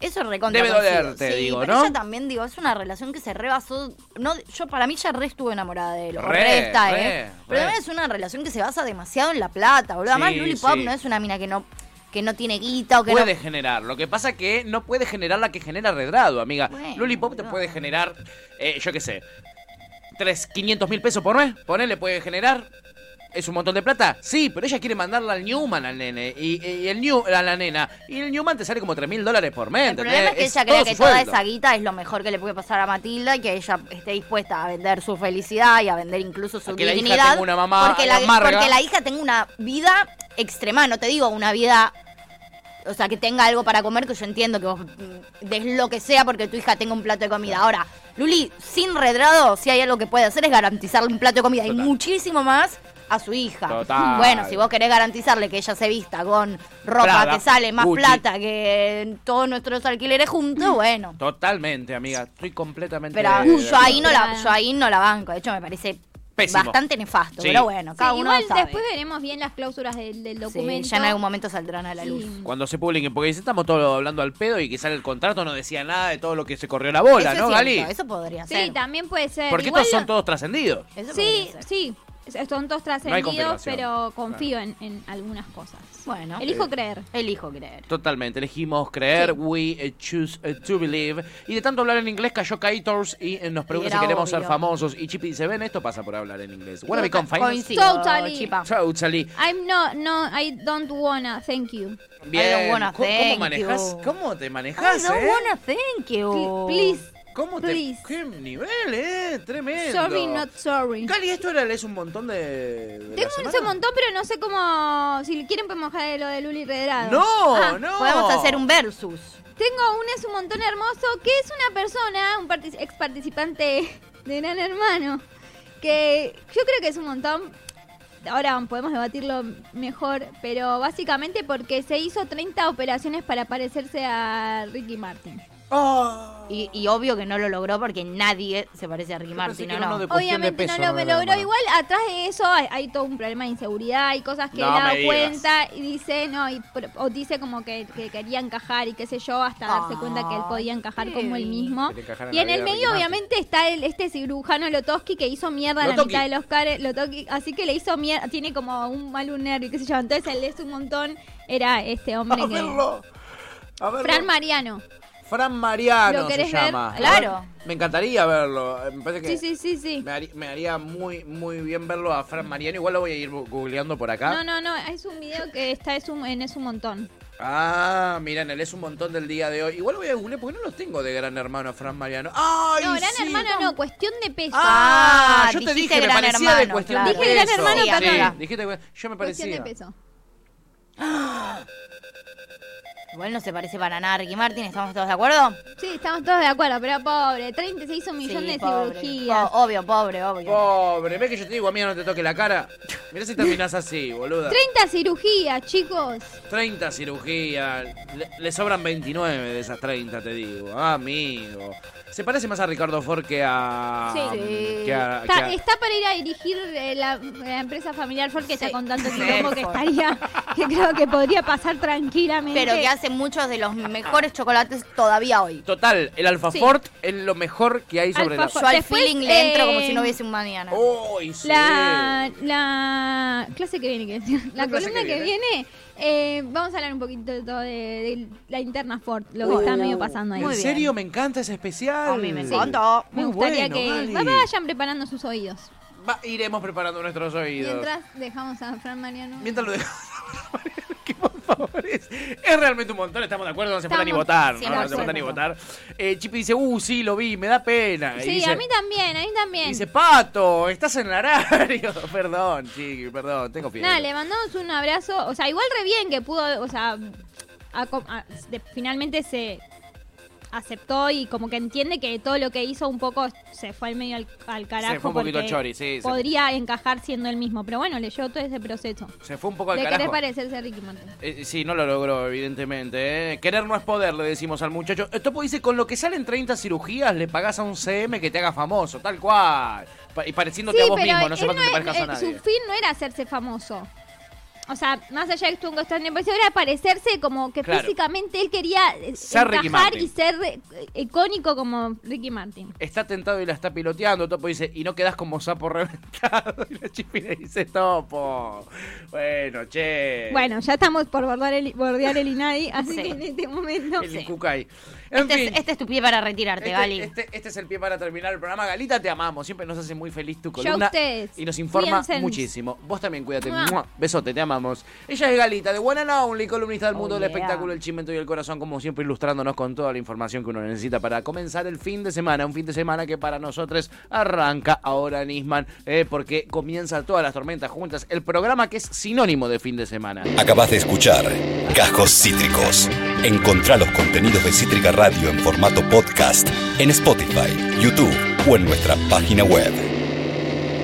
[SPEAKER 2] Eso recontra
[SPEAKER 1] Debe
[SPEAKER 2] coincido.
[SPEAKER 1] dolerte,
[SPEAKER 2] sí,
[SPEAKER 1] digo,
[SPEAKER 2] pero
[SPEAKER 1] ¿no?
[SPEAKER 2] ella también, digo, es una relación que se rebasó. No, yo para mí ya re estuve enamorada de él. o
[SPEAKER 1] Re,
[SPEAKER 2] re está,
[SPEAKER 1] re,
[SPEAKER 2] ¿eh? Pero
[SPEAKER 1] re.
[SPEAKER 2] también es una relación que se basa demasiado en la plata, boludo. Además,
[SPEAKER 1] Sí,
[SPEAKER 2] Luli Pop
[SPEAKER 1] sí.
[SPEAKER 2] no es una mina que no, que no tiene guita o que
[SPEAKER 1] puede
[SPEAKER 2] no.
[SPEAKER 1] generar. Lo que pasa que no puede generar la que genera Redrado, amiga.
[SPEAKER 2] Bueno,
[SPEAKER 1] Lollipop te
[SPEAKER 2] boludo.
[SPEAKER 1] puede generar, eh, yo qué sé, tres, 500 mil pesos por mes. Ponele, puede generar. ¿Es un montón de plata? Sí, pero ella quiere mandarla al Newman, al nene, y, y el New, a la nena. Y el Newman te sale como 3 mil dólares por mes.
[SPEAKER 2] El problema es que
[SPEAKER 1] ¿entendés?
[SPEAKER 2] ella cree
[SPEAKER 1] todo
[SPEAKER 2] que
[SPEAKER 1] su
[SPEAKER 2] toda
[SPEAKER 1] sueldo.
[SPEAKER 2] esa guita es lo mejor que le puede pasar a Matilda y que ella esté dispuesta a vender su felicidad y a vender incluso su
[SPEAKER 1] A que la hija
[SPEAKER 2] dignidad.
[SPEAKER 1] tenga una mamá
[SPEAKER 2] porque, la,
[SPEAKER 1] amarga.
[SPEAKER 2] porque la hija tenga una vida extrema, no te digo una vida. O sea, que tenga algo para comer, que yo entiendo que vos mm, des lo que sea porque tu hija tenga un plato de comida. Ahora, Luli, sin redrado, si hay algo que puede hacer es garantizarle un plato de comida
[SPEAKER 1] Total.
[SPEAKER 2] y muchísimo más a su hija.
[SPEAKER 1] Total.
[SPEAKER 2] Bueno, si vos querés garantizarle que ella se vista con ropa
[SPEAKER 1] Prada,
[SPEAKER 2] que sale más
[SPEAKER 1] Gucci.
[SPEAKER 2] plata que todos nuestros alquileres juntos, bueno.
[SPEAKER 1] Totalmente, amiga. Estoy completamente.
[SPEAKER 2] Pero uh,
[SPEAKER 1] de
[SPEAKER 2] yo ahí no la,
[SPEAKER 3] Claro.
[SPEAKER 2] yo ahí no la banco, de hecho me parece
[SPEAKER 1] Pésimo.
[SPEAKER 2] bastante nefasto,
[SPEAKER 1] Sí.
[SPEAKER 2] pero bueno, cada
[SPEAKER 3] Sí,
[SPEAKER 2] uno
[SPEAKER 3] igual
[SPEAKER 2] sabe.
[SPEAKER 3] después veremos bien las cláusulas del, del
[SPEAKER 2] Sí,
[SPEAKER 3] documento.
[SPEAKER 2] ya en algún momento saldrán a la luz.
[SPEAKER 3] Sí.
[SPEAKER 1] Cuando se publiquen, porque dice, estamos todos hablando al pedo y quizá en el contrato no decía nada de todo lo que se corrió la bola,
[SPEAKER 2] eso
[SPEAKER 1] ¿no,
[SPEAKER 2] es
[SPEAKER 1] Gali?
[SPEAKER 2] cierto, eso podría
[SPEAKER 3] Sí,
[SPEAKER 2] ser.
[SPEAKER 3] también puede ser.
[SPEAKER 1] Porque
[SPEAKER 3] Igual
[SPEAKER 1] estos son
[SPEAKER 3] lo-
[SPEAKER 1] todos trascendidos.
[SPEAKER 2] Eso
[SPEAKER 3] Sí,
[SPEAKER 2] podría ser.
[SPEAKER 3] sí. es- Son todos trascendidos,
[SPEAKER 1] confirmación.
[SPEAKER 3] pero confío en, en algunas cosas.
[SPEAKER 2] Bueno.
[SPEAKER 3] Elijo
[SPEAKER 2] Sí.
[SPEAKER 3] creer.
[SPEAKER 2] Elijo creer.
[SPEAKER 1] Totalmente, elegimos creer, we eh, choose eh, to believe. Y de tanto hablar en inglés cayó Kaitors y eh, nos pregunta
[SPEAKER 2] Era
[SPEAKER 1] si queremos ser
[SPEAKER 2] obvio.
[SPEAKER 1] famosos. Y Chippy dice, ven, esto pasa por hablar en inglés. Wanna become famous?
[SPEAKER 2] Coincido,
[SPEAKER 3] Totally.
[SPEAKER 2] Chipa.
[SPEAKER 1] Totally.
[SPEAKER 3] I'm no, no, I don't wanna, thank you.
[SPEAKER 1] Bien,
[SPEAKER 2] wanna
[SPEAKER 1] ¿Cómo, cómo
[SPEAKER 2] thank
[SPEAKER 1] manejas?
[SPEAKER 2] you.
[SPEAKER 1] ¿Cómo te
[SPEAKER 2] I
[SPEAKER 1] manejas,
[SPEAKER 2] don't
[SPEAKER 1] eh?
[SPEAKER 2] wanna thank you.
[SPEAKER 3] Pl- Please,
[SPEAKER 1] ¿Cómo te...
[SPEAKER 3] please.
[SPEAKER 1] ¡Qué nivel, eh! Tremendo.
[SPEAKER 3] sorry, not sorry.
[SPEAKER 1] Cali, esto era, es un montón de... de la
[SPEAKER 3] Tengo
[SPEAKER 1] semana?
[SPEAKER 3] ese montón, pero no sé cómo. Si quieren, podemos dejar lo de Luli Redrado.
[SPEAKER 1] No,
[SPEAKER 3] Ah,
[SPEAKER 1] no.
[SPEAKER 2] Podemos hacer un versus.
[SPEAKER 3] Tengo un es un montón hermoso que es una persona, un partic- ex participante de Gran Hermano, que yo creo que es un montón. Ahora podemos debatirlo mejor, pero básicamente porque se hizo 30 operaciones para parecerse a Ricky Martin.
[SPEAKER 1] Oh.
[SPEAKER 2] Y, y obvio que no lo logró porque nadie se parece a Ricky
[SPEAKER 1] pensé
[SPEAKER 2] Martin,
[SPEAKER 1] que
[SPEAKER 2] ¿o
[SPEAKER 1] era
[SPEAKER 2] no?
[SPEAKER 1] uno de cuestión
[SPEAKER 3] Obviamente
[SPEAKER 1] peso,
[SPEAKER 3] no lo me
[SPEAKER 1] no, no,
[SPEAKER 3] logró.
[SPEAKER 1] no.
[SPEAKER 3] Igual atrás de eso hay, hay todo un problema de inseguridad y cosas que
[SPEAKER 1] No
[SPEAKER 3] él ha
[SPEAKER 1] me
[SPEAKER 3] dado
[SPEAKER 1] digas.
[SPEAKER 3] cuenta y dice, no, y por- o dice como que, que quería encajar y qué sé yo, hasta darse
[SPEAKER 2] Ah,
[SPEAKER 3] cuenta que él podía encajar como él
[SPEAKER 2] sí.
[SPEAKER 3] mismo.
[SPEAKER 1] Quería encajar en
[SPEAKER 3] Y
[SPEAKER 1] la
[SPEAKER 3] en el
[SPEAKER 1] vida de
[SPEAKER 3] medio
[SPEAKER 1] Ricky
[SPEAKER 3] obviamente está el, este cirujano Lotoski que hizo mierda la
[SPEAKER 1] Lotoki.
[SPEAKER 3] mitad de los cares, Lotoki, así que le hizo mierda, tiene como un mal un nervio y qué sé yo, entonces él es un montón, era este hombre que...
[SPEAKER 1] A verlo.
[SPEAKER 3] Fran Mariano.
[SPEAKER 1] Fran Mariano
[SPEAKER 3] ¿Lo
[SPEAKER 1] se
[SPEAKER 3] querés ver?
[SPEAKER 1] llama.
[SPEAKER 2] Claro.
[SPEAKER 1] Me encantaría verlo. eh, Me parece que
[SPEAKER 3] Sí, sí, sí, sí.
[SPEAKER 1] Me, haría, me haría muy muy bien verlo a Fran Mariano. Igual lo voy a ir bu- googleando por acá.
[SPEAKER 3] No, no, no, es un video que está es un, en Es un Montón.
[SPEAKER 1] Ah, mira, en el es un montón del día de hoy. Igual lo voy a googlear porque no lo tengo de gran hermano a Fran Mariano. ¡Ay!
[SPEAKER 3] no, Gran
[SPEAKER 1] sí!
[SPEAKER 3] Hermano no, cuestión de peso.
[SPEAKER 1] Ah,
[SPEAKER 2] Ah,
[SPEAKER 1] yo te
[SPEAKER 2] dijiste
[SPEAKER 1] dije, me
[SPEAKER 2] Gran
[SPEAKER 1] parecía de
[SPEAKER 2] Hermano,
[SPEAKER 1] cuestión
[SPEAKER 2] claro.
[SPEAKER 1] de
[SPEAKER 3] Dije Gran
[SPEAKER 1] peso.
[SPEAKER 3] Hermano,
[SPEAKER 1] Sí,
[SPEAKER 3] perdón.
[SPEAKER 1] dijiste que- yo me
[SPEAKER 3] cuestión de
[SPEAKER 1] parecía.
[SPEAKER 3] peso.
[SPEAKER 2] Igual no se parece para nada a Ricky Martin, ¿estamos todos de acuerdo?
[SPEAKER 3] Sí, estamos todos de acuerdo, pero pobre, 30 se hizo un millón de
[SPEAKER 2] pobre.
[SPEAKER 3] cirugías.
[SPEAKER 2] Po- obvio, pobre, obvio.
[SPEAKER 1] Pobre, ves que yo te digo, amiga, no te toque la cara. Mirá si terminás así, boluda.
[SPEAKER 3] 30 cirugías, chicos.
[SPEAKER 1] 30 cirugías. Le, le sobran 29 de esas 30, te digo. Ah, amigo. Se parece más a Ricardo Ford que
[SPEAKER 2] Ah,
[SPEAKER 1] a. Que a, que
[SPEAKER 3] Está,
[SPEAKER 1] a-
[SPEAKER 3] está para ir a dirigir eh, la, la empresa familiar Ford que está con tanto quilombo que
[SPEAKER 2] Ford.
[SPEAKER 3] estaría, que creo que podría pasar tranquilamente.
[SPEAKER 2] Pero que hace muchos de los mejores chocolates todavía hoy.
[SPEAKER 1] Total, el Alfa
[SPEAKER 3] Sí.
[SPEAKER 1] Ford es lo mejor que hay sobre
[SPEAKER 3] Alfa
[SPEAKER 1] la.
[SPEAKER 2] Yo al
[SPEAKER 3] Después,
[SPEAKER 2] feeling le entro como
[SPEAKER 3] eh,
[SPEAKER 2] si no hubiese un mañana.
[SPEAKER 1] ¡Uy, sí!
[SPEAKER 3] La, la clase que viene, que, la,
[SPEAKER 1] clase
[SPEAKER 3] columna
[SPEAKER 1] que
[SPEAKER 3] que viene, eh, vamos a hablar un poquito de, todo de- de la interna Ford, lo que está medio pasando ahí.
[SPEAKER 1] ¿En serio? Me encanta ese especial.
[SPEAKER 2] A mí me
[SPEAKER 1] Sí.
[SPEAKER 2] encantó.
[SPEAKER 3] Me
[SPEAKER 1] Muy
[SPEAKER 3] gustaría
[SPEAKER 1] bueno, Gali.
[SPEAKER 3] que vayan preparando sus oídos.
[SPEAKER 1] Va, iremos preparando nuestros oídos.
[SPEAKER 3] Mientras dejamos a Fran Mariano.
[SPEAKER 1] Mientras lo dejamos. que por favor es, es realmente un montón, estamos de acuerdo, no se falta ni
[SPEAKER 3] Estamos
[SPEAKER 1] votar.
[SPEAKER 2] cien
[SPEAKER 1] No, no
[SPEAKER 2] por
[SPEAKER 1] se falta ni
[SPEAKER 2] ciento.
[SPEAKER 1] votar. Eh, Chipi dice, uh, sí, lo vi, me da pena. Y
[SPEAKER 3] Sí,
[SPEAKER 1] dice-
[SPEAKER 3] a mí también, a mí también.
[SPEAKER 1] Dice, Pato, estás en el horario. perdón, chiqui, perdón, tengo fiebre.
[SPEAKER 3] Nada, le mandamos un abrazo. O sea, igual re bien que pudo, o sea, aco- a- de- finalmente se aceptó y como que entiende que todo lo que hizo un poco se fue al medio al, al carajo.
[SPEAKER 1] Se fue un poquito
[SPEAKER 3] porque
[SPEAKER 1] chori, sí, se fue.
[SPEAKER 3] Podría encajar siendo el mismo, pero bueno, le llevó todo ese proceso.
[SPEAKER 1] Se fue un poco al
[SPEAKER 3] de querer
[SPEAKER 1] carajo.
[SPEAKER 3] parecerse a Ricky Martin.
[SPEAKER 1] Eh, sí, no lo logró, evidentemente. ¿eh? Querer no es poder, le decimos al muchacho. Eh, Topo dice, con lo que salen 30 cirugías, le pagás a un CM que te haga famoso, tal cual. Pa- y pareciéndote a vos mismo, no se
[SPEAKER 3] él
[SPEAKER 1] que te
[SPEAKER 3] no es-
[SPEAKER 1] parezcas a
[SPEAKER 3] eh,
[SPEAKER 1] nadie.
[SPEAKER 3] su fin no era hacerse famoso. O sea, más allá de que estuvo en Constantine Poesía, era parecerse como que
[SPEAKER 1] Claro.
[SPEAKER 3] físicamente él quería eh,
[SPEAKER 1] Ser Ricky
[SPEAKER 3] encajar
[SPEAKER 1] Martin.
[SPEAKER 3] y ser eh, icónico como Ricky Martin.
[SPEAKER 1] está tentado y la está piloteando. Topo dice, y no quedás como sapo reventado. Y la chipi le dice, Topo. Bueno, che.
[SPEAKER 3] Bueno, ya estamos por bordear el, bordear el INADI, así
[SPEAKER 2] Sí.
[SPEAKER 3] que en este momento...
[SPEAKER 1] El cucay. En
[SPEAKER 2] Este,
[SPEAKER 1] fin.
[SPEAKER 2] es, este es tu pie para retirarte,
[SPEAKER 1] Este,
[SPEAKER 2] Gali.
[SPEAKER 1] este- este es el pie para terminar el programa. Galita, te amamos. Siempre nos hace muy feliz tu
[SPEAKER 3] Yo a
[SPEAKER 1] columna.
[SPEAKER 3] ustedes.
[SPEAKER 1] Y nos informa
[SPEAKER 3] Cuídense.
[SPEAKER 1] muchísimo. Vos también cuídate.
[SPEAKER 3] Mua.
[SPEAKER 1] Mua. Besote, te amamos. Ella es Galita, de One and Only, columnista del
[SPEAKER 2] Oh,
[SPEAKER 1] mundo
[SPEAKER 2] yeah.
[SPEAKER 1] del espectáculo, el chimento y el corazón, como siempre ilustrándonos con toda la información que uno necesita para comenzar el fin de semana. Un fin de semana que para nosotros arranca ahora Nisman, eh, porque comienza todas las tormentas juntas. El programa que es sinónimo de fin de semana.
[SPEAKER 8] Acabas de escuchar Cajos Cítricos. Encontrá los contenidos de Cítrica Radio en formato podcast en Spotify, YouTube o en nuestra página web.